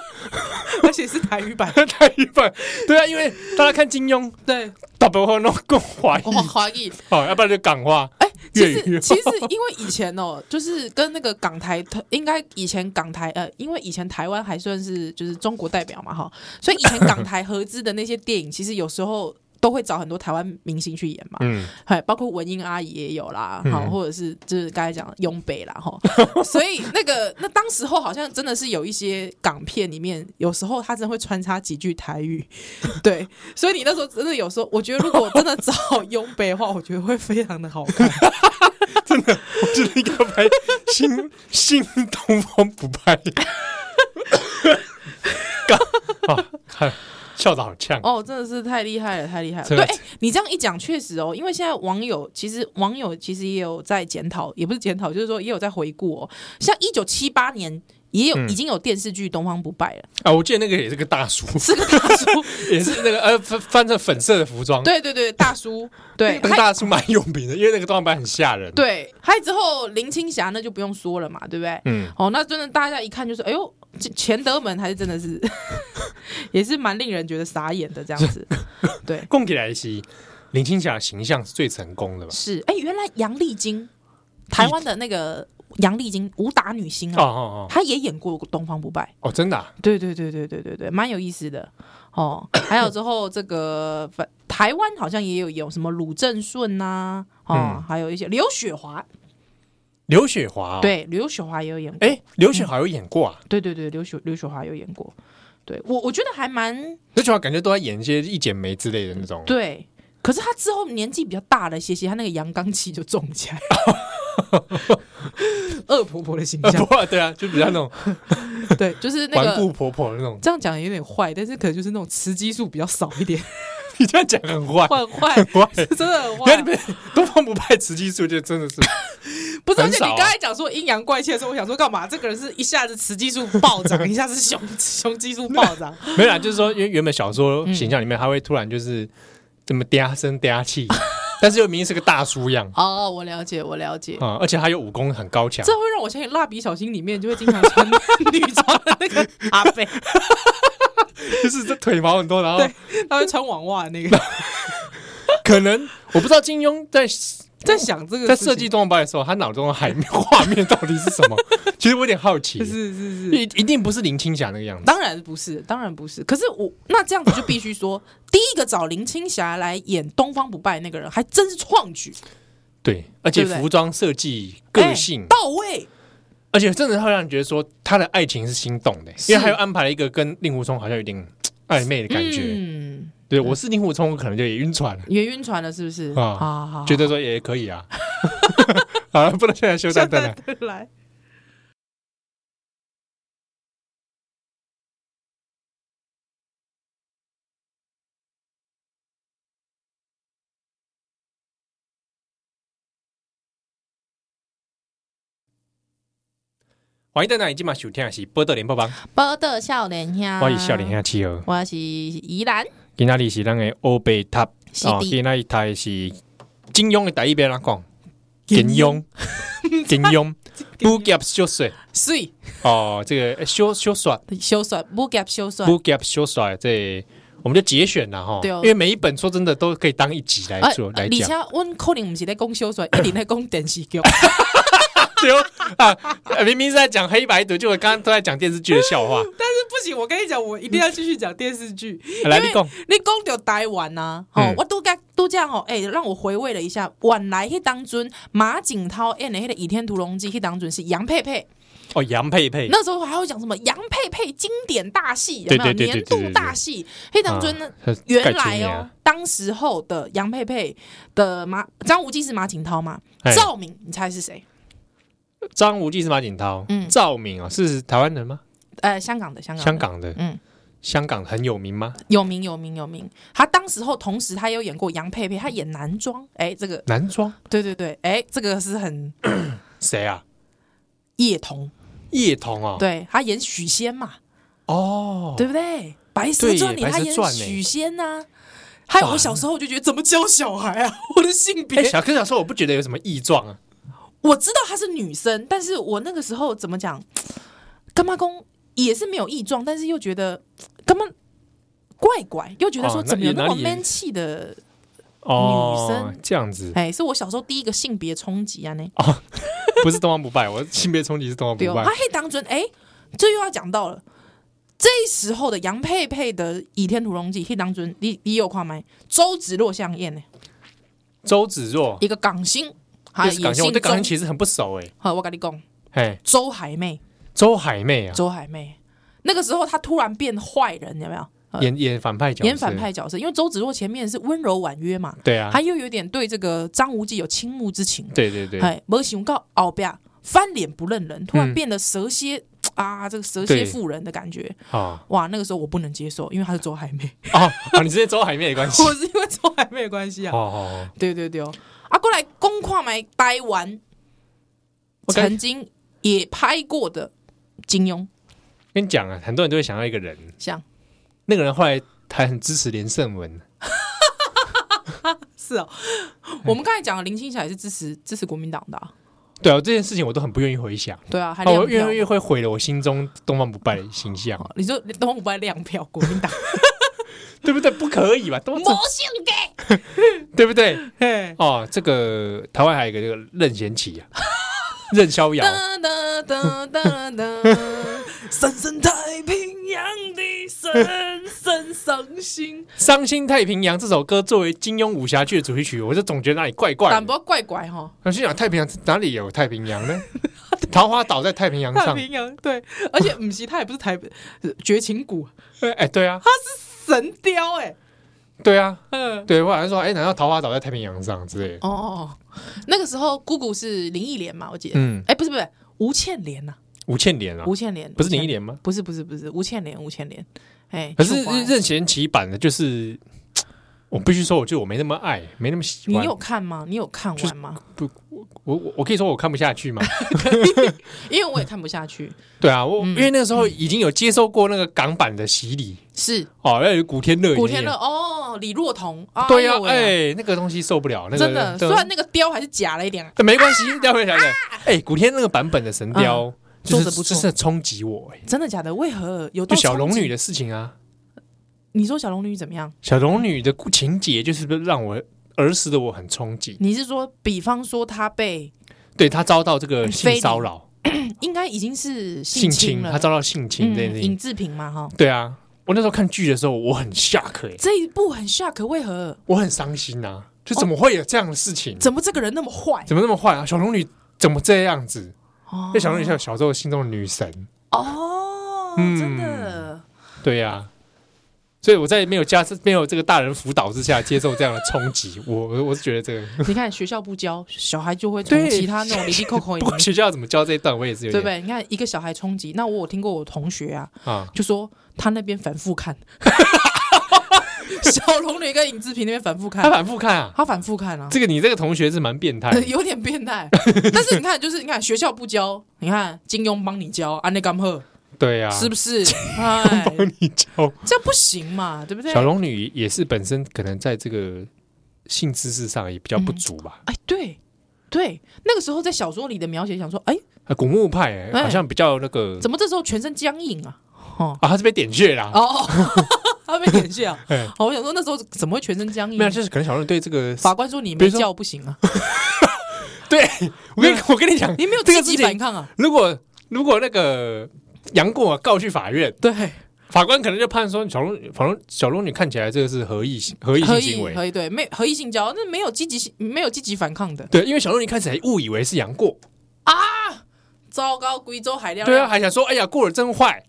[SPEAKER 2] 而且是台语版，
[SPEAKER 1] 太一般，对啊，因为大家看金庸，
[SPEAKER 2] 对，
[SPEAKER 1] 大部分都更华裔
[SPEAKER 2] 我，怀疑。
[SPEAKER 1] 好，要不然就港话，
[SPEAKER 2] 哎、其
[SPEAKER 1] 粤语
[SPEAKER 2] 实 其实因为以前哦，就是跟那个港台，应该以前港台呃，因为以前台湾还算是就是中国代表嘛哈，所以以前港台合资的那些电影，其实有时候都会找很多台湾明星去演嘛，
[SPEAKER 1] 嗯，
[SPEAKER 2] 哎，包括文英阿姨也有啦，好、
[SPEAKER 1] 嗯
[SPEAKER 2] 或者是就是刚才讲的雍北啦 哈，所以那个那当时候好像真的是有一些港片里面，有时候他真的会穿插几句台 语，对，所以你那时候真的有时候，我觉得如果真的找雍北的话，我觉得会非常的好看。
[SPEAKER 1] 我觉得应该拍新新东方不败，港啊，看笑的好呛，
[SPEAKER 2] 哦，真的是太厉害了，太厉害了！
[SPEAKER 1] 这
[SPEAKER 2] 对，
[SPEAKER 1] 个
[SPEAKER 2] 哎你这样一讲，确实哦，因为现在网友其实网友其实也有在检讨，也不是检讨，就是说也有在回顾哦。像一九七八年也有、
[SPEAKER 1] 嗯
[SPEAKER 2] 已经有电视剧《东方不败》了，
[SPEAKER 1] 啊，我记得那个也是个大叔，
[SPEAKER 2] 是个 大叔，
[SPEAKER 1] 也是那个呃翻翻着粉色的服装，
[SPEAKER 2] 对对对，大叔， 对，
[SPEAKER 1] 那个
[SPEAKER 2] 还
[SPEAKER 1] 大叔蛮有名的，因为那个盗版很吓人，，
[SPEAKER 2] 对，还有之后林青霞那就不用说了嘛，对不对？
[SPEAKER 1] 嗯，
[SPEAKER 2] 哦，那真的大家一看就是，哎呦，钱钱德门还是真的是， 也是蛮令人觉得傻眼的这样子。对，
[SPEAKER 1] 供给来西，林青霞的形象是最成功的吧？
[SPEAKER 2] 是，哎，原来杨丽菁，台湾的那个杨丽菁武打女星
[SPEAKER 1] 哦
[SPEAKER 2] 啊，
[SPEAKER 1] 哦哦
[SPEAKER 2] 她也演过《东方不败
[SPEAKER 1] 哦，真的啊》。
[SPEAKER 2] 对对对对对对对，蛮有意思的哦。还有之后这个反台湾好像也有有什么鲁正顺呐、哦，
[SPEAKER 1] 嗯
[SPEAKER 2] 还有一些刘雪华，
[SPEAKER 1] 刘雪华、哦，，
[SPEAKER 2] 对，刘雪华也有演过。
[SPEAKER 1] 哎，刘雪华有演过啊，
[SPEAKER 2] 对对对，刘雪刘雪华有演过。对我我觉得还蛮
[SPEAKER 1] 刘雪华感觉都在演一些一剪梅之类的那种，
[SPEAKER 2] 对，可是他之后年纪比较大了一些些，他那个阳刚气就重起来了。恶婆婆的形
[SPEAKER 1] 呃，
[SPEAKER 2] 象，
[SPEAKER 1] 不，对啊，就比较那种
[SPEAKER 2] 对，就是那
[SPEAKER 1] 顽固
[SPEAKER 2] 个
[SPEAKER 1] 婆婆那种。
[SPEAKER 2] 这样讲有点坏，但是可能就是那种雌激素比较少一点，
[SPEAKER 1] 你这样讲很坏，
[SPEAKER 2] 坏坏，
[SPEAKER 1] 很坏。
[SPEAKER 2] 真的很
[SPEAKER 1] 那你
[SPEAKER 2] 坏。
[SPEAKER 1] 们东方不败雌激素就真的是，
[SPEAKER 2] 不是，而
[SPEAKER 1] 很
[SPEAKER 2] 且
[SPEAKER 1] 少啊
[SPEAKER 2] 你刚才讲说阴阳怪气的时候，我想说干嘛？这个人是一下子雌激素暴涨，一下子雄雄激素暴涨，
[SPEAKER 1] 没有啦，啊就是说原原本小说
[SPEAKER 2] 嗯
[SPEAKER 1] 形象里面，他会突然就是这么嗲声嗲 气，但是又明明是个大叔样
[SPEAKER 2] 哦，我了解，我了解。
[SPEAKER 1] 啊，而且他有武功很高强
[SPEAKER 2] 这，会让我想起《蜡笔小新》里面就会经常穿 女装的那个阿贝，
[SPEAKER 1] 就是这腿毛很多，然后
[SPEAKER 2] 对他会穿网袜的那个。
[SPEAKER 1] 可能我不知道金庸在
[SPEAKER 2] 在想这个
[SPEAKER 1] 在
[SPEAKER 2] 事
[SPEAKER 1] 设
[SPEAKER 2] 情
[SPEAKER 1] 计，东方不败的时候，他脑中的海面画面到底是什 么？其实我有点好奇，
[SPEAKER 2] 是是
[SPEAKER 1] 一
[SPEAKER 2] 是，
[SPEAKER 1] 一定不是林青霞那个样子。
[SPEAKER 2] 当然不是，当然不是。可是我那这样子就必须说，第一个找林青霞来演东方不败那个人，还真是创举，
[SPEAKER 1] 对，而且
[SPEAKER 2] 对不对
[SPEAKER 1] 服装设计、
[SPEAKER 2] 哎
[SPEAKER 1] 个性，
[SPEAKER 2] 到位。
[SPEAKER 1] 而且真的会让人觉得说他的爱情是心动的，
[SPEAKER 2] 是
[SPEAKER 1] 因为他又安排了一个跟令狐冲好像有点嘖暧昧的感觉。
[SPEAKER 2] 嗯，哦
[SPEAKER 1] 对我是令狐冲，我可能就也晕船了，
[SPEAKER 2] 也晕船了是不是？
[SPEAKER 1] 啊
[SPEAKER 2] 好好，
[SPEAKER 1] 觉得说也可以啊。 好了，不能现在修
[SPEAKER 2] 下
[SPEAKER 1] 蛋蛋了。
[SPEAKER 2] 来。
[SPEAKER 1] 欢迎蛋蛋，已经把收听的是波特联播帮，
[SPEAKER 2] 波特笑脸虾，
[SPEAKER 1] 我是笑脸，下企鹅，
[SPEAKER 2] 我是宜兰，
[SPEAKER 1] 今天是咱的欧贝塔，
[SPEAKER 2] 是
[SPEAKER 1] 哦，
[SPEAKER 2] 的
[SPEAKER 1] 今天台是金庸的第一遍啦，讲金 庸，金庸，不夹小说
[SPEAKER 2] 水
[SPEAKER 1] 哦，这个呃小小说。
[SPEAKER 2] 修算，不给修算，
[SPEAKER 1] b o o k Gap 修甩这，我们就节选了哈。
[SPEAKER 2] 对哦
[SPEAKER 1] 因为每一本说真的都可以当一集来
[SPEAKER 2] 哎，
[SPEAKER 1] 做、
[SPEAKER 2] 而
[SPEAKER 1] 来
[SPEAKER 2] 且
[SPEAKER 1] 讲。
[SPEAKER 2] 阮可能毋是咧 讲小说，一定咧讲电视剧。
[SPEAKER 1] 对哦啊，明明是在讲黑白读，结果刚刚都在讲电视剧的笑 话。
[SPEAKER 2] 不行，我跟你讲，我一定要继续讲电视剧。
[SPEAKER 1] 来，
[SPEAKER 2] 因为
[SPEAKER 1] 你讲，
[SPEAKER 2] 你讲到台湾呐、啊，哦
[SPEAKER 1] 嗯，
[SPEAKER 2] 我都该都这样哦，哎、让我回味了一下，晚来迄当中马景涛演的迄个《倚天屠龙记》，迄当中是杨佩佩，
[SPEAKER 1] 哦，杨佩佩，
[SPEAKER 2] 那时候还会讲什么杨佩佩经典大戏，有
[SPEAKER 1] 对
[SPEAKER 2] 没有
[SPEAKER 1] 对对对
[SPEAKER 2] 年
[SPEAKER 1] 对对
[SPEAKER 2] 度
[SPEAKER 1] 对
[SPEAKER 2] 大戏？迄当中呢，
[SPEAKER 1] 啊
[SPEAKER 2] 原来，
[SPEAKER 1] 盖
[SPEAKER 2] 哦
[SPEAKER 1] 住，
[SPEAKER 2] 当时候的杨佩佩的马张无忌是马景涛嘛
[SPEAKER 1] 哎？
[SPEAKER 2] 赵敏，你猜是谁？
[SPEAKER 1] 你啊张无忌是马景涛，
[SPEAKER 2] 嗯
[SPEAKER 1] 赵敏啊，是台湾人吗？
[SPEAKER 2] 呃，香港的，香港的，
[SPEAKER 1] 香港的，
[SPEAKER 2] 嗯，
[SPEAKER 1] 香港很有名吗？
[SPEAKER 2] 有名有名有名。他当时候同时他也有演过杨佩佩，他演男装，哎、这个
[SPEAKER 1] 男装
[SPEAKER 2] 对对对，哎、这个是很
[SPEAKER 1] 谁啊？
[SPEAKER 2] 叶童，
[SPEAKER 1] 叶童哦，
[SPEAKER 2] 对他演许仙嘛，
[SPEAKER 1] 哦，
[SPEAKER 2] 对不对？白蛇
[SPEAKER 1] 对
[SPEAKER 2] 传
[SPEAKER 1] 耶
[SPEAKER 2] 里
[SPEAKER 1] 白
[SPEAKER 2] 他
[SPEAKER 1] 蛇
[SPEAKER 2] 演
[SPEAKER 1] 传欸耶
[SPEAKER 2] 许仙呐、还有
[SPEAKER 1] 哇
[SPEAKER 2] 我小时候就觉得怎么教小孩啊？我的性别
[SPEAKER 1] 哎，，小柯小说我不觉得有什么异状啊，
[SPEAKER 2] 我知道她是女生，但是我那个时候怎么讲，干妈公也是没有异状，但是又觉得干妈怪怪，又觉得说
[SPEAKER 1] 哦那
[SPEAKER 2] 怎么有
[SPEAKER 1] 也
[SPEAKER 2] 那
[SPEAKER 1] 哪
[SPEAKER 2] 么
[SPEAKER 1] 里
[SPEAKER 2] man 气的？
[SPEAKER 1] 哦
[SPEAKER 2] 女，生
[SPEAKER 1] 这样子
[SPEAKER 2] 哎、是我小时候第一个性别冲击啊呢。
[SPEAKER 1] 不是东方不败，我性别冲击是东方
[SPEAKER 2] 对
[SPEAKER 1] 不
[SPEAKER 2] 哦，
[SPEAKER 1] 败
[SPEAKER 2] 他，黑当尊，哎、这又要讲到了。这时候的杨佩佩的《倚天屠龙记》，黑当尊，你你有看没？周芷若相艳呢，
[SPEAKER 1] 周芷若，
[SPEAKER 2] 一个港星，还
[SPEAKER 1] 又
[SPEAKER 2] 有
[SPEAKER 1] 是港星，我
[SPEAKER 2] 姓
[SPEAKER 1] 对港星
[SPEAKER 2] 钟。
[SPEAKER 1] 其实很不熟哎。
[SPEAKER 2] 好，我跟你讲，
[SPEAKER 1] 哎，
[SPEAKER 2] 周海媚，
[SPEAKER 1] 周海媚啊，
[SPEAKER 2] 周海媚，那个时候她突然变坏人，有没有？呃
[SPEAKER 1] 演演反派角色，
[SPEAKER 2] 演反派角色，因为周芷若前面是温柔婉约嘛，
[SPEAKER 1] 对啊
[SPEAKER 2] 她，又有点对这个张无忌有倾慕之情，
[SPEAKER 1] 对对对，
[SPEAKER 2] 哎，没想到后边翻脸不认人，突然
[SPEAKER 1] 嗯
[SPEAKER 2] 变得蛇蝎、啊，这个蛇
[SPEAKER 1] 对
[SPEAKER 2] 蝎妇人的感觉，
[SPEAKER 1] 好
[SPEAKER 2] 哇，那个时候我不能接受，因为她是周海 媚，
[SPEAKER 1] 哦，哦你是周海媚的关系，
[SPEAKER 2] 我是因为周海媚的关系
[SPEAKER 1] 哦
[SPEAKER 2] 啊，
[SPEAKER 1] 哦，哦
[SPEAKER 2] 对对对哦，啊，过来公跨买呆完，
[SPEAKER 1] 我感
[SPEAKER 2] 曾经也拍过的金庸，
[SPEAKER 1] 跟你讲啊，很多人都会想到一个人，
[SPEAKER 2] 像
[SPEAKER 1] 那个人后来还很支持连胜文，
[SPEAKER 2] 是哦，我们刚才讲的林青霞也是支持支持国民党的、啊，
[SPEAKER 1] 对啊，这件事情我都很不愿意回想，
[SPEAKER 2] 对啊，还
[SPEAKER 1] 哦，
[SPEAKER 2] 亮
[SPEAKER 1] 我越
[SPEAKER 2] 票
[SPEAKER 1] 来。越会毁了我心中东方不败的形象，
[SPEAKER 2] 哦你说东方不败亮票国民党，
[SPEAKER 1] 对不对？不可以吧？东方
[SPEAKER 2] 性格。
[SPEAKER 1] 对不对？
[SPEAKER 2] 嘿
[SPEAKER 1] 哦，这个台湾还有一个这个任贤齐 啊，任逍遥，
[SPEAKER 2] 哒哒哒哒哒，
[SPEAKER 3] 神神太平洋的神神
[SPEAKER 2] 真伤心，
[SPEAKER 1] 《伤心太平洋》这首歌作为金庸武侠剧的主题曲，我就总觉得哪里怪怪
[SPEAKER 2] 但
[SPEAKER 1] 的。
[SPEAKER 2] 不怪怪哈。
[SPEAKER 1] 我心想，太平洋哪里有太平洋 呢？桃花岛在太平洋
[SPEAKER 2] 太
[SPEAKER 1] 上。
[SPEAKER 2] 平洋对，而且唔是，他也不是台北绝情谷，
[SPEAKER 1] 哎、对啊，
[SPEAKER 2] 神雕哎、
[SPEAKER 1] 对啊，
[SPEAKER 2] 嗯，
[SPEAKER 1] 对，我好像说，哎、难道桃花岛在太平洋上之类的？
[SPEAKER 2] 哦，那个时候姑姑是林忆莲嘛，我记得，哎、
[SPEAKER 1] 嗯，
[SPEAKER 2] 不是不是吴倩莲呐、
[SPEAKER 1] 吴倩莲啊，
[SPEAKER 2] 吴倩莲
[SPEAKER 1] 不是林忆
[SPEAKER 2] 莲，
[SPEAKER 1] 莲吗？
[SPEAKER 2] 不是不是不是吴倩莲，吴倩莲，哎、
[SPEAKER 1] 可是
[SPEAKER 2] 秋华
[SPEAKER 1] 任任贤齐版的，就是我必须说，我就我没那么爱，没那么喜
[SPEAKER 2] 你
[SPEAKER 1] 欢。
[SPEAKER 2] 有看吗？你有看
[SPEAKER 1] 就是
[SPEAKER 2] 完吗？
[SPEAKER 1] 我我我可以说我看不下去吗？
[SPEAKER 2] 因为我也看不下去，
[SPEAKER 1] 对啊，我、
[SPEAKER 2] 嗯
[SPEAKER 1] 因为那个时候已经有接受过那个港版的洗礼
[SPEAKER 2] 是
[SPEAKER 1] 哦，那有古天乐，
[SPEAKER 2] 古天乐，哦，李若彤啊，
[SPEAKER 1] 对呀、
[SPEAKER 2] 呦
[SPEAKER 1] 啊，
[SPEAKER 2] 喂
[SPEAKER 1] 哎、那个东西受不了，那个
[SPEAKER 2] 真的，
[SPEAKER 1] 对啊
[SPEAKER 2] 虽然那个雕还是假了一点，
[SPEAKER 1] 但没关系，待会来来。哎、古天那个版本的神雕，就是
[SPEAKER 2] 啊嗯做得不错
[SPEAKER 1] 就是很冲击我、哎，
[SPEAKER 2] 真的假的？为何有
[SPEAKER 1] 就
[SPEAKER 2] 到
[SPEAKER 1] 小龙
[SPEAKER 2] 冲
[SPEAKER 1] 女
[SPEAKER 2] 击？
[SPEAKER 1] 的事情啊，
[SPEAKER 2] 你说小龙女怎么样？
[SPEAKER 1] 小龙女的故情节就是不是让我儿时的我很冲击，
[SPEAKER 2] 你是说，比方说她被
[SPEAKER 1] 对她遭到这个
[SPEAKER 2] 非
[SPEAKER 1] 性
[SPEAKER 2] 礼
[SPEAKER 1] 骚扰、
[SPEAKER 2] 应该已经是
[SPEAKER 1] 性
[SPEAKER 2] 侵
[SPEAKER 1] 侵，
[SPEAKER 2] 了，
[SPEAKER 1] 她遭到性侵这件事
[SPEAKER 2] 嗯、
[SPEAKER 1] 情，
[SPEAKER 2] 尹志平嘛哈，
[SPEAKER 1] 对啊，我那时候看剧的时候我很 shock，、哎，
[SPEAKER 2] 这一部很 shock，为何？
[SPEAKER 1] 我很伤心啊，就怎么会有这样的事情？
[SPEAKER 2] 怎么这个人那么 坏？
[SPEAKER 1] 怎么那么坏啊？小龙女怎么这样子？
[SPEAKER 2] 哦
[SPEAKER 1] 那小龙女像小时候心中的女神，
[SPEAKER 2] 哦，
[SPEAKER 1] 嗯
[SPEAKER 2] 真的，
[SPEAKER 1] 对呀、所以我在没有加没有这个大人辅导之下接受这样的冲 击，我我我是觉得这个，
[SPEAKER 2] 你看学校不教，小孩就会
[SPEAKER 1] 对
[SPEAKER 2] 从其他那种离离扣扣
[SPEAKER 1] 不管学校怎么教这一段，我也是有
[SPEAKER 2] 对
[SPEAKER 1] 点
[SPEAKER 2] 不对？你看一个小孩冲击，那我有听过我同学啊，
[SPEAKER 1] 啊，
[SPEAKER 2] 就说他那边反 复看，小龙女跟尹志平那边反复
[SPEAKER 1] 他
[SPEAKER 2] 看，
[SPEAKER 1] 反复看啊，
[SPEAKER 2] 他反复看啊，
[SPEAKER 1] 这个你这个同学是蛮变 态的，
[SPEAKER 2] 有点变态。但是你看，就是你看学校不教，你看金庸帮你教，啊安内甘赫
[SPEAKER 1] 对呀、
[SPEAKER 2] 是 不是？哎，
[SPEAKER 1] 帮你教
[SPEAKER 2] 这样不行嘛，对不对
[SPEAKER 1] 小？龙女也是本身可能在这个性知识上也比较不足吧，
[SPEAKER 2] 哎，对对，那个时候在小说里的描写，想说，哎，
[SPEAKER 1] 啊，古墓派、欸
[SPEAKER 2] 哎
[SPEAKER 1] 好像比较那个
[SPEAKER 2] 怎么这时候全身僵硬 啊？哦
[SPEAKER 1] 啊，他是被点穴啦，
[SPEAKER 2] 哦，他被点穴啊！
[SPEAKER 1] 哎
[SPEAKER 2] 哦，我想说那时候怎么会全身僵硬
[SPEAKER 1] 没？有，就是可能小龙女对这个
[SPEAKER 2] 法官说你
[SPEAKER 1] 比
[SPEAKER 2] 没
[SPEAKER 1] 如说
[SPEAKER 2] 叫 不行啊，
[SPEAKER 1] 对，我跟你我跟你讲，
[SPEAKER 2] 你没有
[SPEAKER 1] 这
[SPEAKER 2] 自
[SPEAKER 1] 个
[SPEAKER 2] 己
[SPEAKER 1] 事情
[SPEAKER 2] 反抗啊？
[SPEAKER 1] 如果如果那个杨过啊告去法院，
[SPEAKER 2] 对，
[SPEAKER 1] 法官可能就判说小龙小龙小龙女看起来这个是合意性合意
[SPEAKER 2] 合
[SPEAKER 1] 性行
[SPEAKER 2] 意合
[SPEAKER 1] 为，
[SPEAKER 2] 意对，没合意性交，那没有积极性，没有积极反抗的。
[SPEAKER 1] 对，因为小龙女一开始还误以为是杨过，
[SPEAKER 2] 糟糕，贵州海量
[SPEAKER 1] 对啊，，还想说哎呀过得真坏，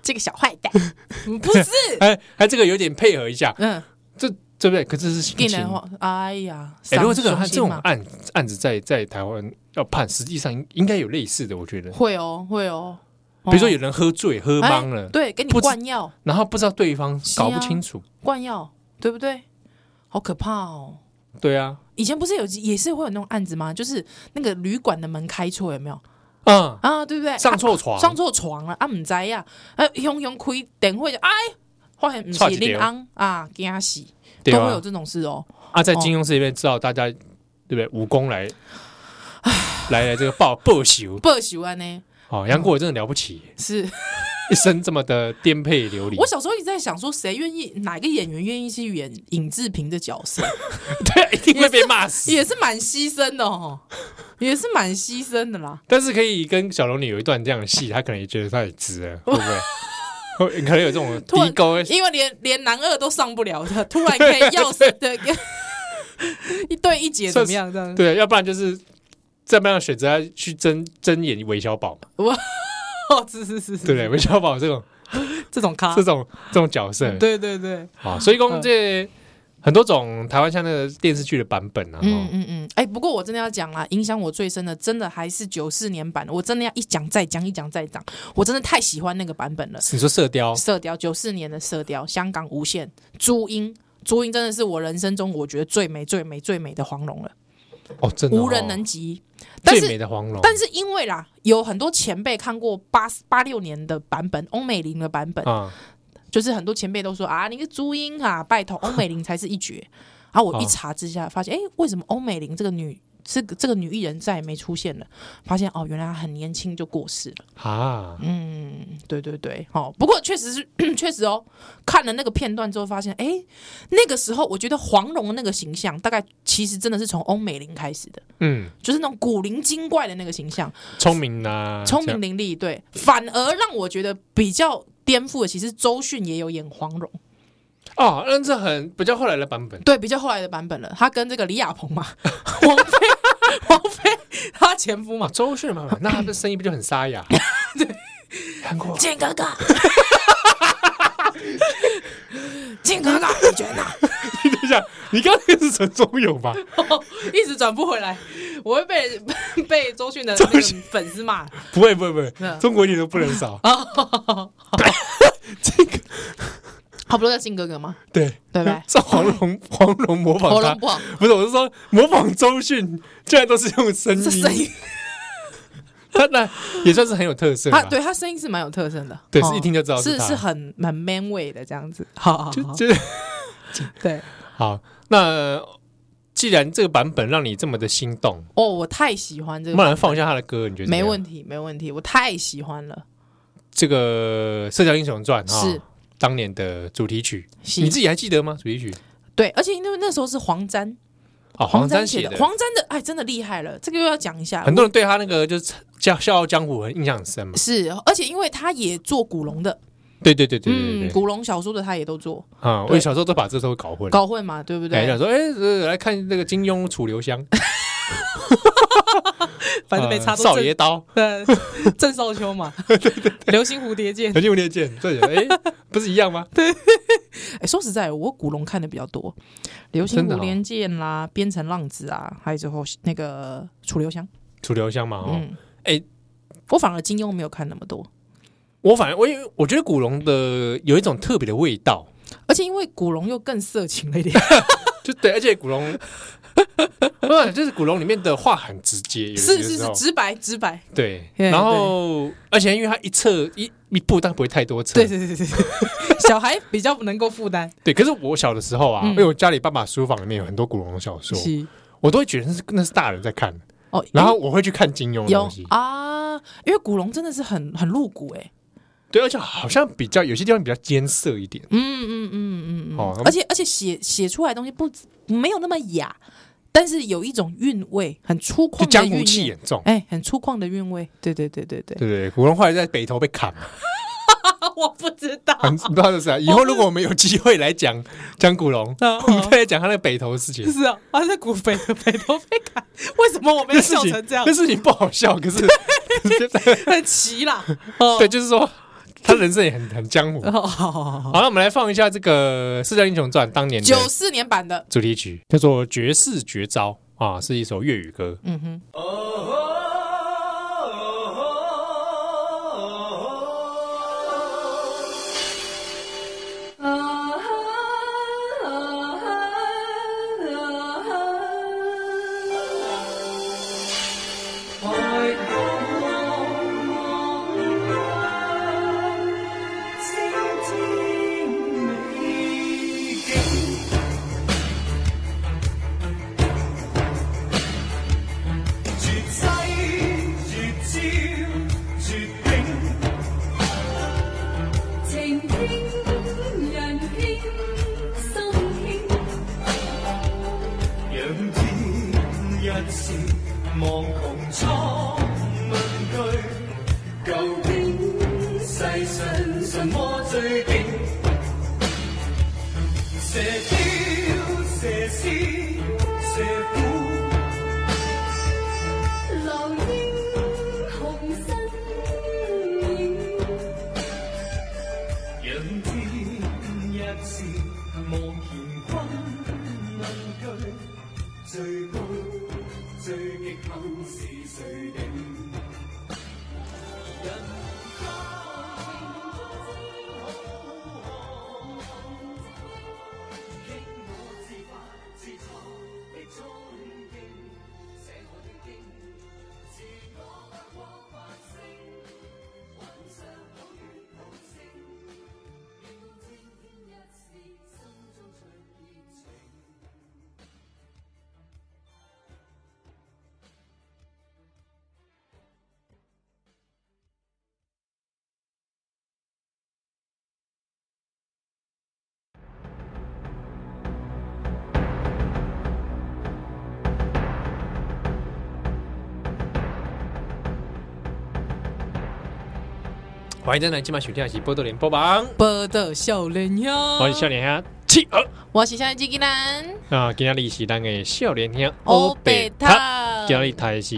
[SPEAKER 2] 这个小坏蛋， 不是？
[SPEAKER 1] 哎还还这个有点配合一下，
[SPEAKER 2] 嗯，
[SPEAKER 1] 这对不对？可这是性
[SPEAKER 2] 给
[SPEAKER 1] 侵
[SPEAKER 2] 人。话，哎呀，
[SPEAKER 1] 哎，如果这个
[SPEAKER 2] 伤
[SPEAKER 1] 案
[SPEAKER 2] 心
[SPEAKER 1] 这种
[SPEAKER 2] 嘛
[SPEAKER 1] 案案子在在台湾要判，实际上应该有类似的，我觉得，
[SPEAKER 2] 会哦，会哦，
[SPEAKER 1] 比如说
[SPEAKER 2] 哦
[SPEAKER 1] 有人喝醉喝懵
[SPEAKER 2] 哎
[SPEAKER 1] 了，
[SPEAKER 2] 对，给你
[SPEAKER 1] 不知
[SPEAKER 2] 灌药，
[SPEAKER 1] 然后不知道对方
[SPEAKER 2] 是啊
[SPEAKER 1] 搞不清楚，
[SPEAKER 2] 灌药，对不对？好可怕哦！
[SPEAKER 1] 对啊，
[SPEAKER 2] 以前不是有也是会有那种案子吗？就是那个旅馆的门开错，有没有
[SPEAKER 1] 嗯，
[SPEAKER 2] 啊？对不对？
[SPEAKER 1] 上错床
[SPEAKER 2] 啊，上错床了啊，唔知呀，哎，熊熊开等会就哎，发现唔是
[SPEAKER 1] 错一
[SPEAKER 2] 林
[SPEAKER 1] 条
[SPEAKER 2] 安啊，惊死，
[SPEAKER 1] 对
[SPEAKER 2] 都会
[SPEAKER 1] 啊
[SPEAKER 2] 有，这种事哦。
[SPEAKER 1] 啊，在金庸世界里面知道大家对不对武功来来来这个报报仇
[SPEAKER 2] 不喜欢呢，
[SPEAKER 1] 哦，杨过真的了不起，
[SPEAKER 2] 是
[SPEAKER 1] 一生这么的颠沛流离
[SPEAKER 2] 我。小时候一直在想说，谁愿意哪个演员愿意去演尹志平的角 色，
[SPEAKER 1] 对，
[SPEAKER 2] 啊
[SPEAKER 1] 一定会被骂死。
[SPEAKER 2] 也是蛮牺牲的哦，也是蛮牺牲的 啦。
[SPEAKER 1] 但是可以跟小龙女有一段这样的戏，他可能也觉得他也值了，会不会？会 可能有这种
[SPEAKER 2] 哦 突然
[SPEAKER 1] 低沟欸，
[SPEAKER 2] 因为连连男二都上不了的，突然可以要死 的一对一姐怎么样？这样
[SPEAKER 1] 对，要不然就是再不然选择他去真真演韦小宝嘛，
[SPEAKER 2] 哦，是是是是，
[SPEAKER 1] 对不对？韦小宝这种
[SPEAKER 2] 这种咖
[SPEAKER 1] 这，种这种角色，
[SPEAKER 2] 对嗯对对，
[SPEAKER 1] 啊，所以公这很多种台湾像那个电视剧的版本啊，
[SPEAKER 2] 嗯
[SPEAKER 1] 哦
[SPEAKER 2] 嗯嗯，哎，不过我真的要讲啦，影响我最深的，真的还是九四年版的，我真的要一讲再讲，一讲再讲，我真的太喜欢那个版本了。
[SPEAKER 1] 你说射雕
[SPEAKER 2] 射雕九四年的射雕，香港无线朱茵，朱茵真的是我人生中我觉得最美、最美、最美的黄蓉了，
[SPEAKER 1] 哦，真的哦哦
[SPEAKER 2] 无人能及。但
[SPEAKER 1] 最
[SPEAKER 2] 是
[SPEAKER 1] 美的黄龙，
[SPEAKER 2] 但是因为啦，有很多前辈看过八八六年的版本，欧美玲的版本，
[SPEAKER 1] 啊，
[SPEAKER 2] 就是很多前辈都说啊，你个朱茵啊，拜 托，欧美玲才是一绝。啊，
[SPEAKER 1] 哦
[SPEAKER 2] 我一查之下发现，哎、为什么欧美玲这个女这个这个女艺人再也没出现了？发现哦，原来她很年轻就过世了。
[SPEAKER 1] 啊，
[SPEAKER 2] 嗯，对对对，好、不过确实是 确实哦，看了那个片段之后，发现哎，诶那个时候我觉得黄蓉的那个形象，大概其实真的是从欧美玲开始的，
[SPEAKER 1] 嗯，
[SPEAKER 2] 就是那种古灵精怪的那个形象，
[SPEAKER 1] 聪明啊，
[SPEAKER 2] 聪
[SPEAKER 1] 这样
[SPEAKER 2] 明，伶俐，对，反而让我觉得比较颠覆的，其实周迅也有演黄蓉，
[SPEAKER 1] 哦，那这很比较后来的版本，
[SPEAKER 2] 对，比较后来的版本了。他跟这个李亚鹏嘛，王菲，王菲她前夫嘛
[SPEAKER 1] 哇，，哦周迅 嘛，那他的声音不就很沙 哑？韩
[SPEAKER 2] 哦
[SPEAKER 1] 国
[SPEAKER 3] 健哥哥，健哥哥，你觉得呢？
[SPEAKER 1] 等一下，你刚刚那个是陈忠勇吧？
[SPEAKER 2] 一直转不回来，我会被 被周迅的那个
[SPEAKER 1] 周迅
[SPEAKER 2] 粉丝骂。
[SPEAKER 1] 不会不会不会，
[SPEAKER 2] 嗯
[SPEAKER 1] 中国一点都不能少。
[SPEAKER 2] 啊
[SPEAKER 1] 这个
[SPEAKER 2] 好，不是叫靖哥哥吗？
[SPEAKER 1] 对
[SPEAKER 2] 对吧
[SPEAKER 1] 是黄 蓉黄蓉模
[SPEAKER 2] 喉
[SPEAKER 1] 仿
[SPEAKER 2] 咙
[SPEAKER 1] 他，嗯
[SPEAKER 2] 不好，
[SPEAKER 1] 不是我是说模仿周迅，竟然都是用声
[SPEAKER 2] 这声
[SPEAKER 1] 音，
[SPEAKER 2] 音，
[SPEAKER 1] 他那也算是很有特色
[SPEAKER 2] 他
[SPEAKER 1] 吧。
[SPEAKER 2] 啊对他声音是蛮有特征的，
[SPEAKER 1] 对
[SPEAKER 2] 哦
[SPEAKER 1] 是一听就知道是
[SPEAKER 2] 是
[SPEAKER 1] 他
[SPEAKER 2] 是很很 man 味的这样 子。好好
[SPEAKER 1] 就
[SPEAKER 2] 好，
[SPEAKER 1] 就是
[SPEAKER 2] 对
[SPEAKER 1] 好。那既然这个版本让你这么的心动，
[SPEAKER 2] 哦，我太喜欢这
[SPEAKER 1] 我们
[SPEAKER 2] 个，
[SPEAKER 1] 来放一下他的歌，你觉得
[SPEAKER 2] 没
[SPEAKER 1] 题？
[SPEAKER 2] 问题，没问题，我太喜欢了。
[SPEAKER 1] 这个《射雕英雄传》哈
[SPEAKER 2] 是
[SPEAKER 1] 当年的主题曲，
[SPEAKER 2] 是
[SPEAKER 1] 啊你自己还记得吗？主题曲
[SPEAKER 2] 对，而且因为那时候是黄沾，
[SPEAKER 1] 哦，黄沾
[SPEAKER 2] 沾
[SPEAKER 1] 写
[SPEAKER 2] 的，黄沾的，哎，真的厉害了，这个又要讲一下。
[SPEAKER 1] 很多人对他那个就是叫《笑傲江湖》很印象很深嘛
[SPEAKER 2] 我。是，而且因为他也做古龙的，
[SPEAKER 1] 对对对对对
[SPEAKER 2] 嗯，
[SPEAKER 1] 对
[SPEAKER 2] 古龙小说的他也都做，
[SPEAKER 1] 啊！我
[SPEAKER 2] 对
[SPEAKER 1] 小时候都把这都搞混，
[SPEAKER 2] 搞混嘛，对不
[SPEAKER 1] 哎，
[SPEAKER 2] 对
[SPEAKER 1] 想？说哎，呃来看那个金庸《楚留香》，
[SPEAKER 2] 反正没
[SPEAKER 1] 呃
[SPEAKER 2] 差都
[SPEAKER 1] 少
[SPEAKER 2] 正
[SPEAKER 1] 爷刀，
[SPEAKER 2] 对， 郑少 秋嘛，流星蝴蝶剑
[SPEAKER 1] 何。进无烈剑，对， 哎，不是一样吗？
[SPEAKER 2] 哎，说实在，我古龙看的比较多，流星
[SPEAKER 1] 真的
[SPEAKER 2] 蝴
[SPEAKER 1] 哦
[SPEAKER 2] 蝶剑啦，边城浪子啊，还有之后那个楚留香。
[SPEAKER 1] 楚留香嘛，哦，
[SPEAKER 2] 嗯，
[SPEAKER 1] 哎，
[SPEAKER 2] 我反而金庸没有看那么多，
[SPEAKER 1] 我反正我也我觉得古龙的有一种特别的味道，
[SPEAKER 2] 而且因为古龙又更色情了一点，
[SPEAKER 1] 就对，而且古 龙，不就是古龙里面的话很直接，有
[SPEAKER 2] 是
[SPEAKER 1] 有
[SPEAKER 2] 是
[SPEAKER 1] 时
[SPEAKER 2] 是
[SPEAKER 1] 候，
[SPEAKER 2] 直白直白。
[SPEAKER 1] 对，
[SPEAKER 2] 对
[SPEAKER 1] 然后而且因为他一册一一部，但不会太多册，
[SPEAKER 2] 对对对对对，小孩比较不能够负担。
[SPEAKER 1] 对可是我小的时候啊，
[SPEAKER 2] 嗯
[SPEAKER 1] 因为我家里爸爸书房里面有很多古龙的小说，
[SPEAKER 2] 是
[SPEAKER 1] 我都会觉得那是那是大人在看，
[SPEAKER 2] 哦，
[SPEAKER 1] 哦然后我会去看金庸
[SPEAKER 2] 诶
[SPEAKER 1] 的
[SPEAKER 2] 有
[SPEAKER 1] 东西，
[SPEAKER 2] 啊，因为古龙真的是很很露骨哎、
[SPEAKER 1] 对，而且好像比较有些地方比较艰涩一点，
[SPEAKER 2] 嗯嗯嗯嗯嗯，
[SPEAKER 1] 哦
[SPEAKER 2] 而且而且写写出来的东西不没有那么雅，但是有一种韵味，很粗犷
[SPEAKER 1] 就
[SPEAKER 2] 的
[SPEAKER 1] 江
[SPEAKER 2] 韵
[SPEAKER 1] 湖气
[SPEAKER 2] 味
[SPEAKER 1] 很重，
[SPEAKER 2] 哎、很粗犷的韵味，对对对对对，
[SPEAKER 1] 对不对？古龙后来在北头被砍嘛，
[SPEAKER 2] 我不知道
[SPEAKER 1] 很不知道是啥。以后如果我们有机会来讲 讲古龙，
[SPEAKER 2] 嗯
[SPEAKER 1] 我们再来讲他那个北头的事情。
[SPEAKER 2] 是啊，他在古北的北头被砍，为什么我没有
[SPEAKER 1] 那事
[SPEAKER 2] 笑
[SPEAKER 1] 情
[SPEAKER 2] 成这样
[SPEAKER 1] 那？事情不好笑，可 是
[SPEAKER 2] 很奇啦，哦
[SPEAKER 1] 对，，就是说他人生也很很江湖。好，
[SPEAKER 2] 哦好好好好，
[SPEAKER 1] 那我们来放一下这个《射雕英雄传》当年的
[SPEAKER 2] 九四年版的，
[SPEAKER 1] 主题曲，叫做《绝世绝招》啊，是一首粤语歌。
[SPEAKER 2] 嗯哼，
[SPEAKER 4] 绝世
[SPEAKER 1] 欢迎再来今晚收听的是波多连播榜，
[SPEAKER 2] 波的笑脸呀，
[SPEAKER 1] 欢迎笑脸兄企鹅
[SPEAKER 2] 我是笑脸机男，
[SPEAKER 1] 啊，今天你是咱的笑脸兄
[SPEAKER 2] 欧贝，塔，
[SPEAKER 1] 今天你台是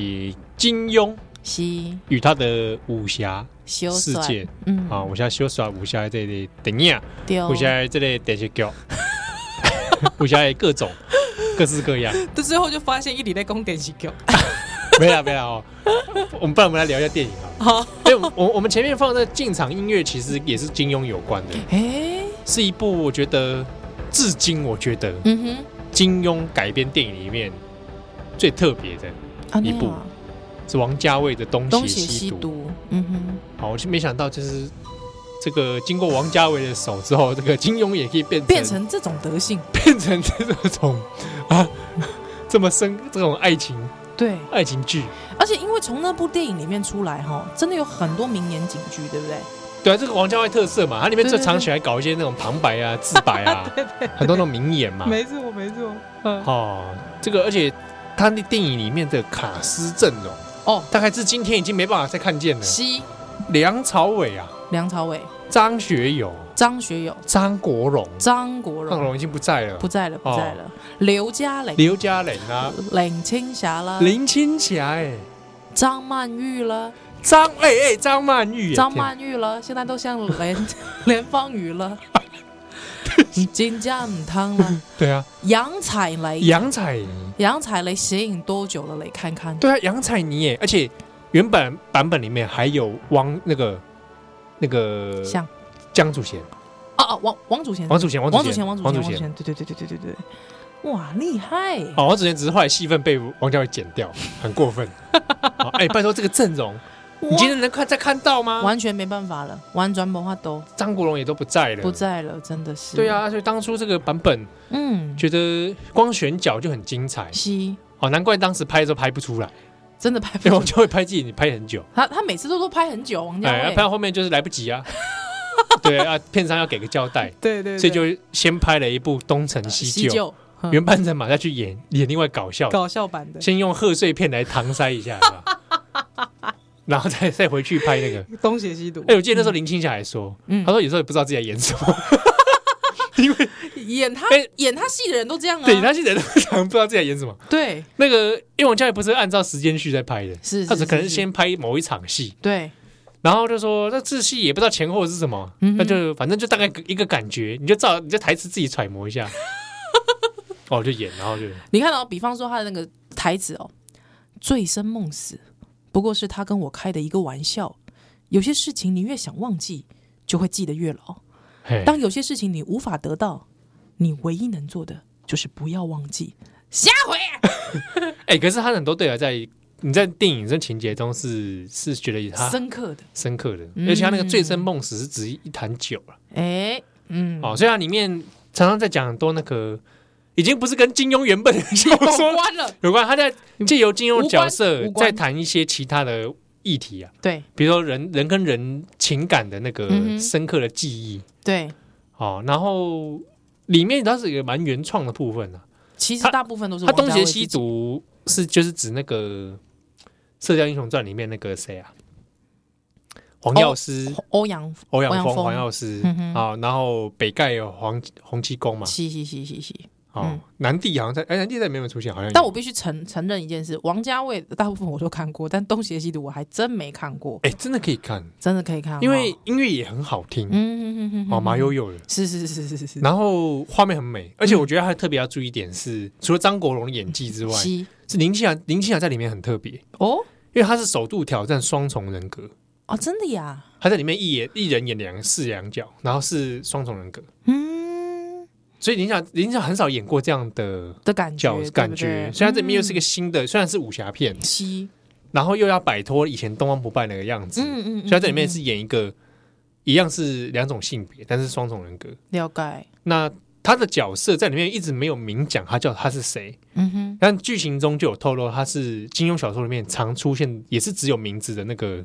[SPEAKER 1] 金庸
[SPEAKER 2] 是
[SPEAKER 1] 与他的武侠
[SPEAKER 2] 小
[SPEAKER 1] 世
[SPEAKER 2] 帅
[SPEAKER 1] 界，
[SPEAKER 2] 嗯，
[SPEAKER 1] 啊，武侠小说、武侠的这类电影、
[SPEAKER 2] 对，哦
[SPEAKER 1] 武侠的这类电视剧， 武侠的各 种各式各样。
[SPEAKER 2] 到最后就发现一直在讲电 视剧，
[SPEAKER 1] 没了没了哦，我们不然我们来聊一下电影好了。哎，我我我们前面放的进场音乐其实也是金庸有关的，
[SPEAKER 2] 哎，
[SPEAKER 1] 是一部我觉得至今我觉得
[SPEAKER 2] 嗯
[SPEAKER 1] 金庸改编电影里面最特别的
[SPEAKER 2] 哼，啊
[SPEAKER 1] 一
[SPEAKER 2] 那
[SPEAKER 1] 部
[SPEAKER 2] 样啊
[SPEAKER 1] 是王家卫的《东
[SPEAKER 2] 东
[SPEAKER 1] 邪
[SPEAKER 2] 邪
[SPEAKER 1] 西
[SPEAKER 2] 西
[SPEAKER 1] 毒》。
[SPEAKER 2] 毒，嗯哼，
[SPEAKER 1] 好，我就没想到就是这个经过王家卫的手之后，这个金庸也可以变成
[SPEAKER 2] 变成这种德性，
[SPEAKER 1] 变成这种啊 这么深这种爱情
[SPEAKER 2] 对，
[SPEAKER 1] 爱情剧。
[SPEAKER 2] 而且因为从那部电影里面出来哈，真的有很多名言警句，对不对？
[SPEAKER 1] 对啊，这个王家卫特色嘛，它里面最
[SPEAKER 2] 对对
[SPEAKER 1] 常
[SPEAKER 2] 对
[SPEAKER 1] 喜欢搞一些那种旁白啊、自白 啊，很多那种名言嘛。
[SPEAKER 2] 错，没错，
[SPEAKER 1] 哦，这个而且他那电影里面的卡斯阵容，
[SPEAKER 2] 哦，
[SPEAKER 1] 大概至今天已经没办法再看见了。
[SPEAKER 2] 西
[SPEAKER 1] 梁朝伟啊，
[SPEAKER 2] 梁朝伟、
[SPEAKER 1] 张学友、
[SPEAKER 2] 张学友、
[SPEAKER 1] 张国荣，
[SPEAKER 2] 张国
[SPEAKER 1] 张国
[SPEAKER 2] 荣
[SPEAKER 1] 荣已哦经不在了
[SPEAKER 2] 不，在了，不在了，刘嘉玲、
[SPEAKER 1] 刘嘉玲啊，
[SPEAKER 2] 冷清霞啦，
[SPEAKER 1] 林青霞哎、
[SPEAKER 2] 张曼玉啦，
[SPEAKER 1] 张哎哎张曼玉欸，
[SPEAKER 2] 张
[SPEAKER 1] 天
[SPEAKER 2] 曼玉了，现在都像 连连方宇了，金家唔汤了，
[SPEAKER 1] 对啊，
[SPEAKER 2] 杨采蕾，
[SPEAKER 1] 杨采妮
[SPEAKER 2] 杨采蕾邪影多久了？来看看，
[SPEAKER 1] 对啊，杨采妮哎，而且原版版本里面还有王那个那个
[SPEAKER 2] 像
[SPEAKER 1] 江祖贤。
[SPEAKER 2] 啊啊，王王祖贤，
[SPEAKER 1] 呃王祖贤，
[SPEAKER 2] 王
[SPEAKER 1] 祖
[SPEAKER 2] 祖贤，
[SPEAKER 1] 贤，
[SPEAKER 2] 王祖贤，王祖，贤，对对对对对对对，哇，厉害！
[SPEAKER 1] 哦，王祖贤只是后来戏份被王家卫剪掉，很过 分。哦哎，拜托这个阵容，你今天能看再看到吗？
[SPEAKER 2] 完全没办法了，完全没法都
[SPEAKER 1] 张国荣也都不在了，
[SPEAKER 2] 不。在了，真的是。
[SPEAKER 1] 对，啊，所以当初这个版本
[SPEAKER 2] 嗯，
[SPEAKER 1] 觉得光选角就很精彩，
[SPEAKER 2] 西
[SPEAKER 1] 哦，难怪当时拍的时候拍不出来，
[SPEAKER 2] 真的拍
[SPEAKER 1] 因为
[SPEAKER 2] 不
[SPEAKER 1] 王
[SPEAKER 2] 出，
[SPEAKER 1] 家卫拍自己拍很久，
[SPEAKER 2] 他他每次都都拍很久，王家
[SPEAKER 1] 哎，啊
[SPEAKER 2] 卫
[SPEAKER 1] 拍，到后面就是来不及啊。 对啊，片商要给个交代，
[SPEAKER 2] 对对
[SPEAKER 1] 所以就先拍了一部《东成西
[SPEAKER 2] 西
[SPEAKER 1] 就》，
[SPEAKER 2] 就嗯
[SPEAKER 1] 原班人马再去演演另外搞笑的。
[SPEAKER 2] 搞笑版的
[SPEAKER 1] 先用贺岁片来搪塞一下，有没有 然后再再回去拍那个。
[SPEAKER 2] 东邪西毒
[SPEAKER 1] 哎、我记得那时候林青霞还说，
[SPEAKER 2] 嗯
[SPEAKER 1] 她说有时候也不知道自己在演什 么，因为
[SPEAKER 2] 演他
[SPEAKER 1] 哎
[SPEAKER 2] 演他戏的人都这样啊，
[SPEAKER 1] 对她现在都常不知道自己在演什么。
[SPEAKER 2] 对
[SPEAKER 1] 那个因为我家也不是按照时间序在拍的，
[SPEAKER 2] 是是
[SPEAKER 1] 她只可能
[SPEAKER 2] 是是
[SPEAKER 1] 先拍某一场戏，
[SPEAKER 2] 对
[SPEAKER 1] 然后就说那这戏也不知道前后是什么，
[SPEAKER 2] 嗯哼
[SPEAKER 1] 那就反正就大概一个感觉，你就照你就台词自己揣摩一 下。哦，就演，然后就
[SPEAKER 2] 你看哦，比方说他的那个台词哦，“醉生梦死”，不过是他跟我开的一个玩笑。有些事情你越想忘记，就会记得越牢。
[SPEAKER 1] 嘿
[SPEAKER 2] 当有些事情你无法得到，你唯一能做的就是不要忘记。下回
[SPEAKER 1] 哎、可是他很多对白在你在电影这情节中是是觉得他
[SPEAKER 2] 深刻的，
[SPEAKER 1] 深刻的，
[SPEAKER 2] 嗯
[SPEAKER 1] 而且他那个醉生梦死是指一坛酒了、
[SPEAKER 2] 哎，嗯，
[SPEAKER 1] 哦，所以它里面常常在讲很多那个，已经不是跟金庸原本的小
[SPEAKER 2] 有
[SPEAKER 1] 说
[SPEAKER 2] 关了，
[SPEAKER 1] 有关，他在借由金庸的角色
[SPEAKER 2] 无关无关
[SPEAKER 1] 在谈一些其他的议题啊，
[SPEAKER 2] 对
[SPEAKER 1] 比如说人人跟人情感的那
[SPEAKER 2] 嗯
[SPEAKER 1] 个
[SPEAKER 2] 哼
[SPEAKER 1] 深刻的记忆、
[SPEAKER 2] 对，
[SPEAKER 1] 哦，然后里面它是一个蛮原创的部分啊，
[SPEAKER 2] 其实
[SPEAKER 1] 他
[SPEAKER 2] 大部分都是
[SPEAKER 1] 它
[SPEAKER 2] 王家
[SPEAKER 1] 东邪
[SPEAKER 2] 卫
[SPEAKER 1] 西
[SPEAKER 2] 自己，
[SPEAKER 1] 毒是就是指那个《射雕英雄传》里面那个谁啊，
[SPEAKER 2] 哦
[SPEAKER 1] 黄药师。
[SPEAKER 2] 欧阳，
[SPEAKER 1] 欧阳
[SPEAKER 2] 欧阳
[SPEAKER 1] 锋、
[SPEAKER 2] 锋
[SPEAKER 1] 黄药师
[SPEAKER 2] 嗯哼
[SPEAKER 1] 啊，然后北丐有黄洪七公嘛，
[SPEAKER 2] 嘻嘻嘻嘻嘻。
[SPEAKER 1] 哦
[SPEAKER 2] 嗯，
[SPEAKER 1] 南帝好像在，哎，南帝在没有出现，好像有。
[SPEAKER 2] 但我必须承承认一件事，王家卫的大部分我都看过，但东邪西毒我还真没看过，
[SPEAKER 1] 哎，真的可以看，
[SPEAKER 2] 真的可以看哦，
[SPEAKER 1] 因为音乐也很好听，
[SPEAKER 2] 嗯嗯嗯
[SPEAKER 1] 哦，麻悠，悠的，
[SPEAKER 2] 是是是是是是，
[SPEAKER 1] 然后画面很美，而且我觉得还特别要注意一点是，除了张国荣的演技之外，
[SPEAKER 2] 西
[SPEAKER 1] 是林青霞，林青霞在里面很特别，
[SPEAKER 2] 哦
[SPEAKER 1] 因为她是首度挑战双重人格，
[SPEAKER 2] 哦，真的呀，
[SPEAKER 1] 她在里面一演一人演两饰两角，然后是双重人格，
[SPEAKER 2] 嗯
[SPEAKER 1] 所以林青霞林青霞很少演过这样的
[SPEAKER 2] 的感觉
[SPEAKER 1] 角，
[SPEAKER 2] 对不
[SPEAKER 1] 感
[SPEAKER 2] 对
[SPEAKER 1] 觉，虽然这里面又是一个
[SPEAKER 2] 嗯
[SPEAKER 1] 新的，虽然是武侠片，
[SPEAKER 2] 西，
[SPEAKER 1] 然后又要摆脱以前东方不败那个样子，
[SPEAKER 2] 嗯嗯，嗯
[SPEAKER 1] 所以他这里面
[SPEAKER 2] 嗯
[SPEAKER 1] 是演一个一样是两种性别，但是双重人格。
[SPEAKER 2] 嗯了解，
[SPEAKER 1] 那他的角色在里面一直没有明讲，他叫他是谁，
[SPEAKER 2] 嗯哼，
[SPEAKER 1] 但剧情中就有透露他是金庸小说里面常出现，也是只有名字的那个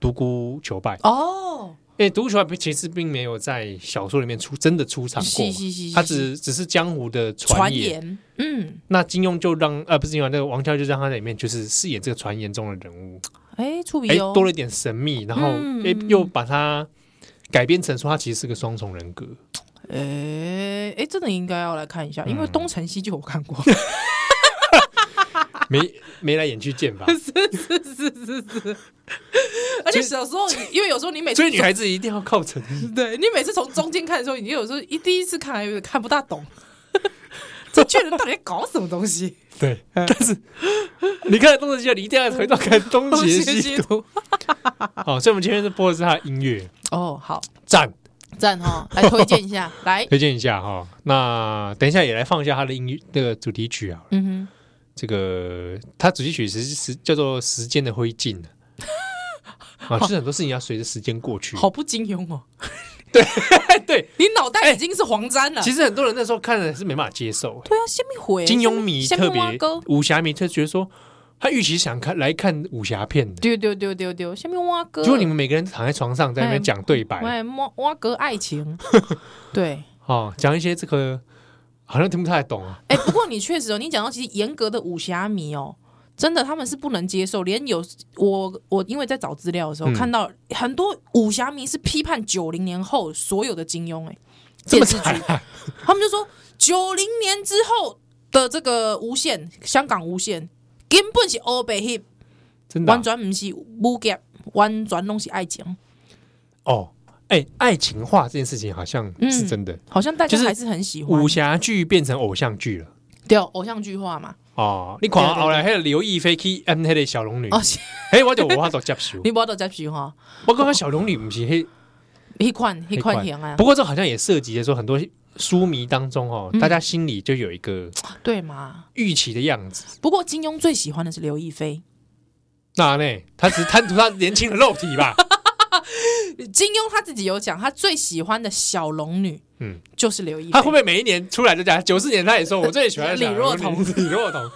[SPEAKER 1] 独孤求败。
[SPEAKER 2] 哦，
[SPEAKER 1] 因为独孤求败其实并没有在小说里面出真的出场过
[SPEAKER 2] 是
[SPEAKER 1] 嘛，
[SPEAKER 2] 是是，
[SPEAKER 1] 他
[SPEAKER 2] 是
[SPEAKER 1] 只
[SPEAKER 2] 是
[SPEAKER 1] 只是江湖的传
[SPEAKER 2] 传
[SPEAKER 1] 言。
[SPEAKER 2] 言，嗯，
[SPEAKER 1] 那金庸就让呃不是金庸，那个王家卫就让他在里面就是饰演这个传言中的人物。
[SPEAKER 2] 哎，触
[SPEAKER 1] 哎
[SPEAKER 2] 笔哦，
[SPEAKER 1] 多了一点神秘，然后
[SPEAKER 2] 嗯
[SPEAKER 1] 哎
[SPEAKER 2] 嗯
[SPEAKER 1] 又把它改编成说他其实是个双重人 格，
[SPEAKER 2] 哎哎，真的应该要来看一下，因为
[SPEAKER 1] 嗯
[SPEAKER 2] 东成西就我看 过，
[SPEAKER 1] 眉眉来眼去见 吧。
[SPEAKER 2] 是是是，而且小时候你，因为有时候你每次
[SPEAKER 1] 所以女孩子一定要靠 成
[SPEAKER 2] 从对你每次从中间看的时候，你有时候一第一次看还有点看不大 懂，这巨人到底在搞什么东西？
[SPEAKER 1] 对，但是你看东成西就，你一定要回到看 东邪西毒。
[SPEAKER 2] 毒
[SPEAKER 1] 好，所以我们今天是播的是他的音乐，
[SPEAKER 2] 哦，好
[SPEAKER 1] 赞，
[SPEAKER 2] 赞哈，来推荐一 下，来，
[SPEAKER 1] 推荐一下哈。那等一下也来放一下他的音乐那个主题曲啊，
[SPEAKER 2] 嗯
[SPEAKER 1] 这个他主题曲其实是叫做《时间的灰烬》 啊，就是很多事情要随着时间过去
[SPEAKER 2] 哼，。好不金庸哦，
[SPEAKER 1] 对，
[SPEAKER 2] 你脑袋已经是黄沾了，
[SPEAKER 1] 其实很多人那时候看了是没办法接受，
[SPEAKER 2] 对啊，先灭回
[SPEAKER 1] 金庸迷特别
[SPEAKER 2] 勾，
[SPEAKER 1] 武侠迷特觉得说，他预期想看来看武侠片的，
[SPEAKER 2] 丢丢丢丢丢，先灭挖哥，
[SPEAKER 1] 结果你们每个人躺在床上在那边讲对白，
[SPEAKER 2] 哎，挖挖哥爱 情，对。
[SPEAKER 1] 哦，讲一些这个好像听不太懂啊。
[SPEAKER 2] 哎、不过你确实哦，你讲到其实严格的武侠迷哦，真的他们是不能接受，连有我我因为在找资料的时候、
[SPEAKER 1] 嗯
[SPEAKER 2] 看到很多武侠迷是批判九零年后所有的金庸、哎，
[SPEAKER 1] 这么
[SPEAKER 2] 电视
[SPEAKER 1] 惨啊
[SPEAKER 2] 剧，他们就说九零年之后的这个无线香港无线根本是欧北 hip，
[SPEAKER 1] 真的啊
[SPEAKER 2] 完全不是武侠，完全拢是爱情，
[SPEAKER 1] 哦，哎，爱情化这件事情好像是
[SPEAKER 2] 嗯
[SPEAKER 1] 真的，
[SPEAKER 2] 好像大
[SPEAKER 1] 就
[SPEAKER 2] 家
[SPEAKER 1] 是
[SPEAKER 2] 还是很喜欢
[SPEAKER 1] 武侠剧变成偶像剧了。
[SPEAKER 2] 对偶像剧化嘛。
[SPEAKER 1] 哦，你看
[SPEAKER 2] 对对对
[SPEAKER 1] 后来迄个刘亦菲去演迄个小龙女，
[SPEAKER 2] 哦，是
[SPEAKER 1] 嘿，我就无法度接受。
[SPEAKER 2] 你不要接喜欢，
[SPEAKER 1] 我感觉小龙女不是迄，
[SPEAKER 2] 一款一款
[SPEAKER 1] 那
[SPEAKER 2] 型啊
[SPEAKER 1] 不，过这好像也涉及的说很多书迷当中哦，
[SPEAKER 2] 嗯
[SPEAKER 1] 大家心里就有一个
[SPEAKER 2] 对嘛？
[SPEAKER 1] 预期的样子。
[SPEAKER 2] 不过金庸最喜欢的是刘亦菲，
[SPEAKER 1] 那呢，他只是贪图他年轻的肉体 吧？
[SPEAKER 2] 金庸他自己有讲，他最喜欢的小龙女，
[SPEAKER 1] 嗯
[SPEAKER 2] 嗯，就是刘亦菲。
[SPEAKER 1] 他会不会每一年出来就讲九四年他也说我最喜欢的小龙女
[SPEAKER 2] 李若彤
[SPEAKER 1] 李若彤，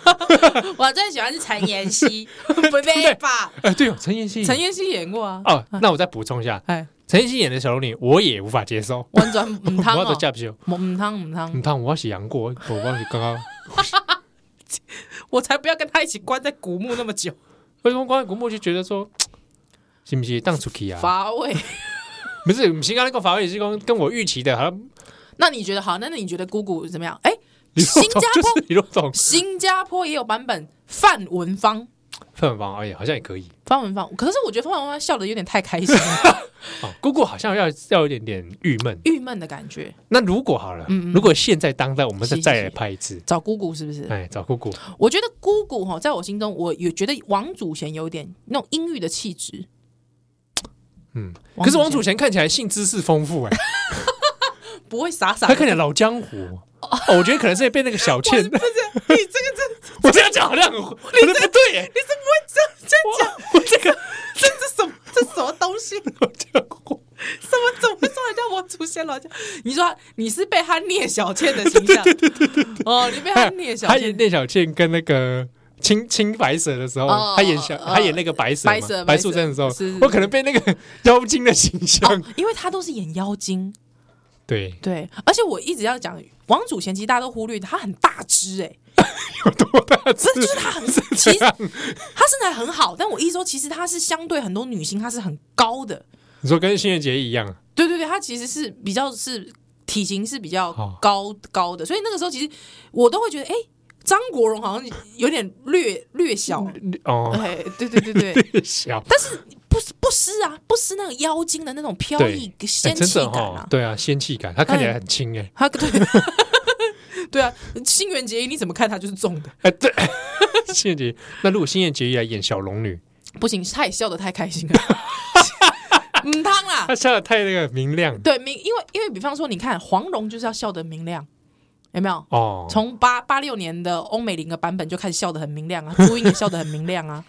[SPEAKER 2] 我最喜欢是陈 妍希，不对吧？
[SPEAKER 1] 哎，对哦，陈妍希，
[SPEAKER 2] 陈妍希演过啊，
[SPEAKER 1] 哦，那我再补充一下，
[SPEAKER 2] 哎，
[SPEAKER 1] 陈妍希演的小龙女我也无法接受，
[SPEAKER 2] 完全唔汤
[SPEAKER 1] 我都嗯
[SPEAKER 2] 哦，
[SPEAKER 1] 接不受。
[SPEAKER 2] 唔汤唔
[SPEAKER 1] 唔
[SPEAKER 2] 汤，
[SPEAKER 1] 通我是杨过，我我是刚刚，
[SPEAKER 2] 我才不要跟他一起关在古墓那么久，
[SPEAKER 1] 为什么光古墓就觉得说，是不是当出去啊？
[SPEAKER 2] 乏味。
[SPEAKER 1] 不是，不是刚那个法位是讲跟我预期的，好像
[SPEAKER 2] 那你觉得好？那那你觉得姑姑怎么样？ 哎，
[SPEAKER 1] 李若
[SPEAKER 2] 新
[SPEAKER 1] 彤
[SPEAKER 2] 加
[SPEAKER 1] 就
[SPEAKER 2] 坡
[SPEAKER 1] 是 李若彤，
[SPEAKER 2] 新加坡也有版本范文芳。
[SPEAKER 1] 范芳，哎呀，好像也可以。
[SPEAKER 2] 范文芳，可是我觉得范文芳笑的有点太开 心了，
[SPEAKER 1] 哦，姑姑好像要要有一点点郁闷。
[SPEAKER 2] 郁闷的感觉。
[SPEAKER 1] 那如果好了，
[SPEAKER 2] 嗯嗯
[SPEAKER 1] 如果现在当代我们再
[SPEAKER 2] 是
[SPEAKER 1] 再
[SPEAKER 2] 是
[SPEAKER 1] 来拍一次，
[SPEAKER 2] 找姑姑是不是？
[SPEAKER 1] 哎，找姑姑，
[SPEAKER 2] 我觉得姑姑哈，在我心中，我也觉得王祖贤有点那种英郁的气质。
[SPEAKER 1] 嗯，
[SPEAKER 2] 王
[SPEAKER 1] 可是王祖
[SPEAKER 2] 贤
[SPEAKER 1] 贤看起来性知识丰富哎，
[SPEAKER 2] 不会傻傻
[SPEAKER 1] 他
[SPEAKER 2] 的，
[SPEAKER 1] 看起来老江湖。哦，我觉得可能是被那个小倩，
[SPEAKER 2] 你这个真
[SPEAKER 1] 我这样讲好像很，可是不对耶，
[SPEAKER 2] 你是不会这这
[SPEAKER 1] 我我这个
[SPEAKER 2] 这这什么这什么东西？
[SPEAKER 1] 老江湖，
[SPEAKER 2] 什么怎么会说人家王祖贤老家？你说他你是被他聂小倩的 形象，哦，你被
[SPEAKER 1] 哎
[SPEAKER 2] 他聂小
[SPEAKER 1] 他演
[SPEAKER 2] 倩
[SPEAKER 1] 聂小倩跟那个青青白蛇的时候，
[SPEAKER 2] 哦
[SPEAKER 1] 他演小、
[SPEAKER 2] 哦
[SPEAKER 1] 他演那个白蛇嘛
[SPEAKER 2] 白蛇
[SPEAKER 1] 白
[SPEAKER 2] 白
[SPEAKER 1] 素
[SPEAKER 2] 蛇
[SPEAKER 1] 贞的时候，
[SPEAKER 2] 是是
[SPEAKER 1] 我可能被那个妖精的形象、
[SPEAKER 2] 哦，因为他都是演妖精，
[SPEAKER 1] 对
[SPEAKER 2] 对，而且我一直要讲王祖贤，其实大家都忽略他很大只哎、
[SPEAKER 1] 有多大只
[SPEAKER 2] 真的就是他很，其实他身材很好，但我一说其实他是相对很多女星，他是很高的，
[SPEAKER 1] 你说跟新垣结衣一样，
[SPEAKER 2] 对对对，他其实是比较是体型是比较
[SPEAKER 1] 哦
[SPEAKER 2] 高、高的，所以那个时候其实我都会觉得，哎、张国荣好像有点略略小，
[SPEAKER 1] 哦，
[SPEAKER 2] 哎、对对对 对，
[SPEAKER 1] 小
[SPEAKER 2] 但是不不失啊，不失那个妖精的那种飘逸
[SPEAKER 1] 哎
[SPEAKER 2] 仙
[SPEAKER 1] 真
[SPEAKER 2] 气
[SPEAKER 1] 的
[SPEAKER 2] 感
[SPEAKER 1] 哈
[SPEAKER 2] 啊，，嗯
[SPEAKER 1] 对啊，仙气感，他看起来很轻哎、
[SPEAKER 2] 他对。 对啊，新垣结衣你怎么看他就是重的，
[SPEAKER 1] 哎、对， 新垣结衣。那如果新垣结衣来演小龙女，
[SPEAKER 2] 不行，他也笑得太开心了， 嗯，汤 啦
[SPEAKER 1] 她，笑的太那个明亮
[SPEAKER 2] 对明，因为因为比方说，你看黄蓉就是要笑得明亮，有没有？
[SPEAKER 1] 哦，
[SPEAKER 2] 从八八六年的欧美林的版本就开始笑得很明亮啊，朱茵也笑得很明亮啊，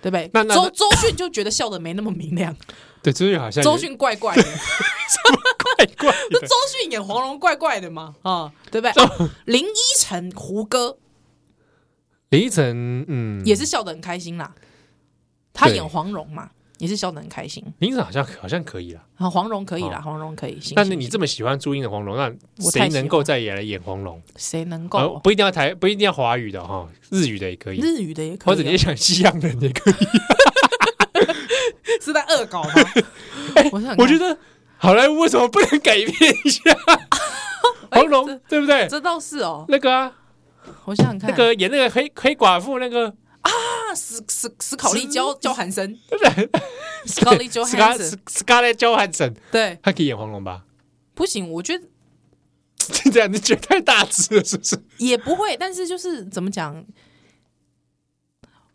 [SPEAKER 2] 对不对？
[SPEAKER 1] 那那
[SPEAKER 2] 周周迅就觉得笑得没那么明亮，
[SPEAKER 1] 对，就是好像有
[SPEAKER 2] 周迅怪怪 的，
[SPEAKER 1] 怪怪
[SPEAKER 2] 那
[SPEAKER 1] 的
[SPEAKER 2] 周迅演黄蓉怪怪的嘛，啊，对 不对？啊林依晨胡歌
[SPEAKER 1] 林依晨，嗯，
[SPEAKER 2] 也是笑得很开心啦，他
[SPEAKER 1] 对
[SPEAKER 2] 演黄蓉嘛，也是笑得很开心。
[SPEAKER 1] 林依晨好像好像可以啦。
[SPEAKER 2] 啊，黄蓉可以啦，
[SPEAKER 1] 哦
[SPEAKER 2] 黄蓉可以。行
[SPEAKER 1] 但是
[SPEAKER 2] 行
[SPEAKER 1] 你
[SPEAKER 2] 行
[SPEAKER 1] 这么喜欢朱茵的黄蓉，那
[SPEAKER 2] 我
[SPEAKER 1] 谁
[SPEAKER 2] 太喜
[SPEAKER 1] 能够再也来演黄蓉？
[SPEAKER 2] 谁能
[SPEAKER 1] 呃
[SPEAKER 2] 够
[SPEAKER 1] 不一定要台，不一定要华语的哈，日语的也可以，
[SPEAKER 2] 日语的也可以啊，
[SPEAKER 1] 或者你也想西洋人也可以。
[SPEAKER 2] 恶 搞吗？我是 很
[SPEAKER 1] 我觉得好莱坞为什么不能改变一 下
[SPEAKER 2] 哎
[SPEAKER 1] 黄
[SPEAKER 2] 这
[SPEAKER 1] 蓉，对不对？
[SPEAKER 2] 这倒是哦，
[SPEAKER 1] 那个啊，
[SPEAKER 2] 我想想看，
[SPEAKER 1] 那个演那个黑黑寡妇那个
[SPEAKER 2] 啊史史史考利焦焦 寒生，史 考利焦
[SPEAKER 1] s c a r
[SPEAKER 2] 寒
[SPEAKER 1] l e
[SPEAKER 2] 生，
[SPEAKER 1] t Scarlett Johansson，
[SPEAKER 2] 对，
[SPEAKER 1] 她可以演黄蓉吧？
[SPEAKER 2] 不行，我觉得
[SPEAKER 1] 这样你觉得太大只了，是 不是？
[SPEAKER 2] 也不会，但是就是怎么讲，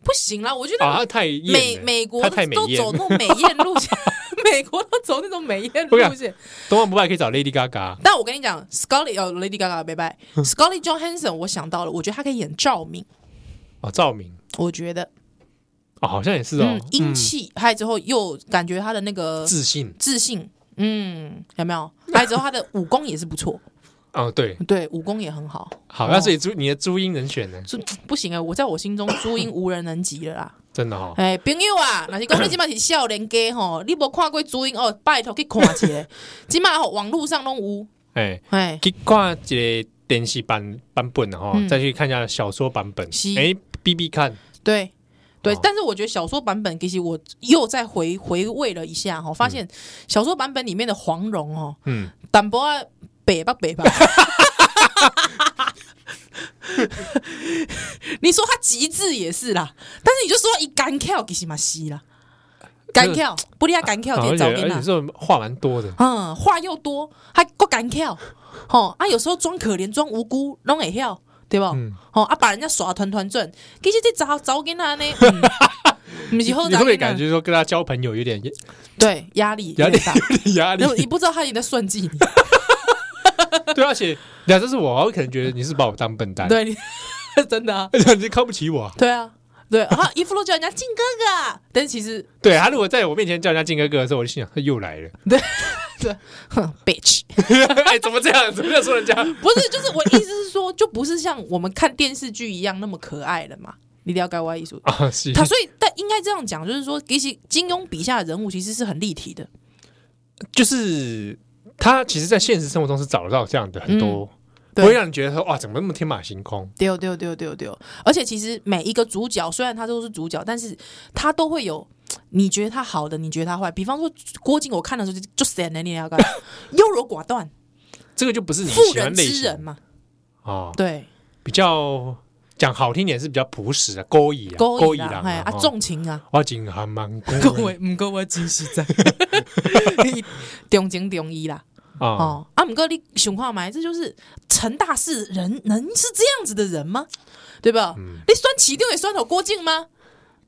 [SPEAKER 2] 不行啦，我觉得
[SPEAKER 1] 啊，她太艳了
[SPEAKER 2] 美美国
[SPEAKER 1] 她太美
[SPEAKER 2] 都
[SPEAKER 1] 艳
[SPEAKER 2] 走。那种美艳路线， 美国都走那种美艳
[SPEAKER 1] 我跟你
[SPEAKER 2] 路
[SPEAKER 1] 讲
[SPEAKER 2] 线。
[SPEAKER 1] 东方不败可以找 Lady Gaga，
[SPEAKER 2] 但我跟你讲，Scarlett 哦，Lady Gaga 拜拜，Scarlett Johansson，我想到了，我觉得她可以演赵敏，
[SPEAKER 1] 哦，赵敏，
[SPEAKER 2] 我觉得，
[SPEAKER 1] 哦，好像也是哦
[SPEAKER 2] 嗯，，英气，还有之后又感觉她的那个
[SPEAKER 1] 嗯自信，
[SPEAKER 2] 自信，嗯，有没有？还有之后她的武功也是不错，
[SPEAKER 1] 哦，对，
[SPEAKER 2] 对，武功也很好。
[SPEAKER 1] 好，
[SPEAKER 2] 哦
[SPEAKER 1] 那所以朱你的朱茵人选呢？
[SPEAKER 2] 这不行啊！我在我心中朱茵无人能及了啦。
[SPEAKER 1] 真的哦哈，
[SPEAKER 2] 哎，朋友啊，若是讲你即摆是少年家吼，你无看过朱茵哦，拜托去看一下。即摆吼网络上拢有，
[SPEAKER 1] 哎，
[SPEAKER 2] 哎，
[SPEAKER 1] 去看一个电视版版本的哈
[SPEAKER 2] 嗯，
[SPEAKER 1] 再去看一下小说版本
[SPEAKER 2] 是，
[SPEAKER 1] 哎，比比看，
[SPEAKER 2] 对对、
[SPEAKER 1] 哦
[SPEAKER 2] 但是我觉得小说版本其实我又再回回味了一下哈，发现小说版本里面的黄蓉哦，
[SPEAKER 1] 嗯，
[SPEAKER 2] 淡薄啊北吧北吧。 你说他极致也是啦，但是你就说一干跳其实嘛是啦，干跳不离他干跳
[SPEAKER 1] 啊
[SPEAKER 2] 给
[SPEAKER 1] 而且
[SPEAKER 2] 早给
[SPEAKER 1] 而
[SPEAKER 2] 啦
[SPEAKER 1] 且。这种话蛮多的，
[SPEAKER 2] 嗯，话又多，还够敢跳，吼、啊，有时候装可怜、装无辜，拢会跳，对不？吼、
[SPEAKER 1] 嗯
[SPEAKER 2] 啊，把人家耍团团转，其实这早早跟他呢，嗯， 不
[SPEAKER 1] 你
[SPEAKER 2] 是后
[SPEAKER 1] 你会不会感觉说跟他交朋友有点
[SPEAKER 2] 对压力
[SPEAKER 1] 压力
[SPEAKER 2] 有点大，
[SPEAKER 1] 有点压力
[SPEAKER 2] 然？后你不知道他也在 算计你，
[SPEAKER 1] 对，而且那这是我，我可能觉得你是把我当笨蛋，
[SPEAKER 2] 对，你 真的啊，
[SPEAKER 1] 而且你看不起我啊。
[SPEAKER 2] 对啊，对，啊，一副都叫人家靖哥哥，但是其实
[SPEAKER 1] 对他如果在我面前叫人家靖哥哥的时候，我就心想他又来了，
[SPEAKER 2] 哼，bitch，
[SPEAKER 1] 哎，怎么这样？怎么这样说人家？
[SPEAKER 2] 不是，就是我意思是说，就不是像我们看电视剧一样那么可爱了嘛，你了解我的意思？
[SPEAKER 1] 啊，是
[SPEAKER 2] 他所以，但应该这样讲，就是说，其实金庸笔下的人物其实是很立体的，
[SPEAKER 1] 就是他其实，在现实生活中是找得到这样的很多，不
[SPEAKER 2] 嗯对
[SPEAKER 1] 会让你觉得说哇，怎么那么天马行空？
[SPEAKER 2] 对对对对对，而且其实每一个主角，虽然他都是主角，但是他都会有你觉得他好的，你觉得他坏。比方说郭靖，我看的时候就就神了，你要干 优柔寡断，
[SPEAKER 1] 这个就不是你
[SPEAKER 2] 妇
[SPEAKER 1] 喜欢
[SPEAKER 2] 人
[SPEAKER 1] 类
[SPEAKER 2] 之
[SPEAKER 1] 型
[SPEAKER 2] 仁嘛，
[SPEAKER 1] 啊，
[SPEAKER 2] 对，
[SPEAKER 1] 比较讲好听点是比较朴实的勾引啊，
[SPEAKER 2] 勾引
[SPEAKER 1] 啊
[SPEAKER 2] 啦，，哎啊
[SPEAKER 1] 哦
[SPEAKER 2] 重情啊，
[SPEAKER 1] 我真还蛮勾
[SPEAKER 2] 各
[SPEAKER 1] 引
[SPEAKER 2] 位唔够我真实 在， 重情重义啦，
[SPEAKER 1] 啊，
[SPEAKER 2] 哦，啊唔过你想看嘛，这就是成大事人能是这样子的人吗？对吧？
[SPEAKER 1] 嗯
[SPEAKER 2] 你酸起定也酸到郭靖吗？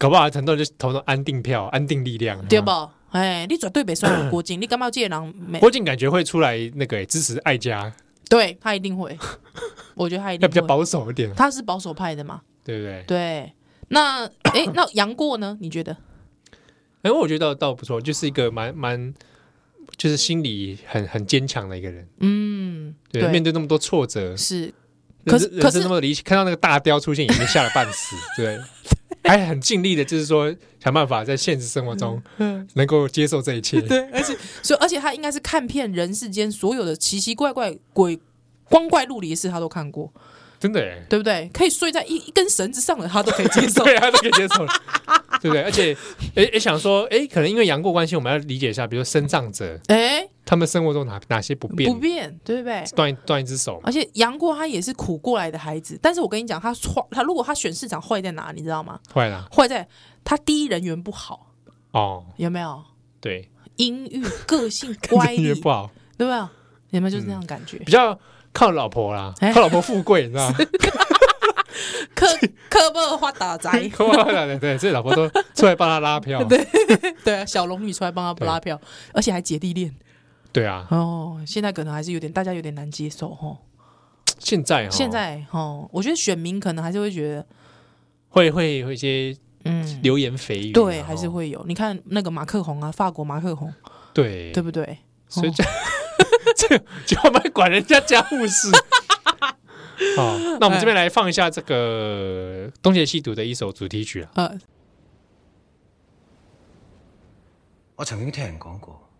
[SPEAKER 1] 搞不好很多人就投了安定票、安定力量，
[SPEAKER 2] 对
[SPEAKER 1] 嗯
[SPEAKER 2] 不？哎，你绝对别算我 郭靖，你感觉这个人没
[SPEAKER 1] 郭靖感觉会出来那个、欸、支持爱家，
[SPEAKER 2] 对他一定会， 我觉得他一
[SPEAKER 1] 要
[SPEAKER 2] 定
[SPEAKER 1] 比较
[SPEAKER 2] 会。
[SPEAKER 1] 保守一点，
[SPEAKER 2] 他是保守派的嘛？
[SPEAKER 1] 对不对？
[SPEAKER 2] 对，那 哎，那杨过呢？你觉得？
[SPEAKER 1] 哎、我觉得倒倒不错，就是一个蛮蛮，就是心理很很坚强的一个人。
[SPEAKER 2] 嗯，
[SPEAKER 1] 对，面对那么多挫折，
[SPEAKER 2] 是，
[SPEAKER 1] 人
[SPEAKER 2] 可是
[SPEAKER 1] 生人
[SPEAKER 2] 可
[SPEAKER 1] 生
[SPEAKER 2] 是
[SPEAKER 1] 那么离奇，看到那个大雕出现，已经吓得半 死。对，还很尽力的，就是说想办法在现实生活中
[SPEAKER 2] 嗯，
[SPEAKER 1] 能够接受这一切。
[SPEAKER 2] 对，而且所以而且他应该是看遍人世间所有的奇奇怪怪鬼。光怪陆离的事他都看过，
[SPEAKER 1] 真的、欸，
[SPEAKER 2] 对不对？可以睡在一一根绳子上的他都可以接 受。
[SPEAKER 1] 对啊，都可以接 受了，对不对？而且，哎、也想说，哎、可能因为杨过关系，我们要理解一下，比如说身障者，
[SPEAKER 2] 哎，
[SPEAKER 1] 他们生活中哪哪些不便
[SPEAKER 2] 不，变，对不对？
[SPEAKER 1] 断一断一只手嘛。
[SPEAKER 2] 而且杨过他也是苦过来的孩子，但是我跟你讲，他坏，他如果他选市长坏在哪，你知道吗？
[SPEAKER 1] 坏了
[SPEAKER 2] 坏在他第一人缘不好，
[SPEAKER 1] 哦，
[SPEAKER 2] 有没有？
[SPEAKER 1] 对，
[SPEAKER 2] 阴郁、个性 乖
[SPEAKER 1] 音乐
[SPEAKER 2] 戾，
[SPEAKER 1] 不好，
[SPEAKER 2] 对吧？有没有就是那种感 觉？
[SPEAKER 1] 比较靠老婆啦，
[SPEAKER 2] 哎
[SPEAKER 1] 靠老婆富贵，你知 道吗？，
[SPEAKER 2] 科科莫花打宅
[SPEAKER 1] 对对，所以老婆都出来帮他拉票。对
[SPEAKER 2] 对啊，小龙女出来帮他不拉票，而且还姐弟恋
[SPEAKER 1] 啊，
[SPEAKER 2] 哦。现在可能还是有点大家有点难接受哦。
[SPEAKER 1] 现在哦
[SPEAKER 2] 现在哦，我觉得选民可能还是会觉得，
[SPEAKER 1] 会会会一些
[SPEAKER 2] 嗯，
[SPEAKER 1] 流言蜚语啊，
[SPEAKER 2] 对，
[SPEAKER 1] 哦
[SPEAKER 2] 还是会有。你看那个马克宏啊，法国马克宏，
[SPEAKER 1] 对
[SPEAKER 2] 对，不对？
[SPEAKER 1] 所以
[SPEAKER 2] 哦
[SPEAKER 1] 这这就 我们管人家家务事。好，
[SPEAKER 2] 哦
[SPEAKER 1] 那我们这
[SPEAKER 2] 哎
[SPEAKER 1] 边来放一下这个《东邪西毒》的一首主题曲啊。
[SPEAKER 2] 呃，
[SPEAKER 4] 我曾經聽人講過，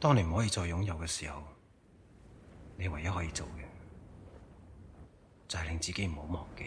[SPEAKER 4] 當你唔可以再擁有嘅時候，你唯一可以做嘅就係令自己唔好忘記。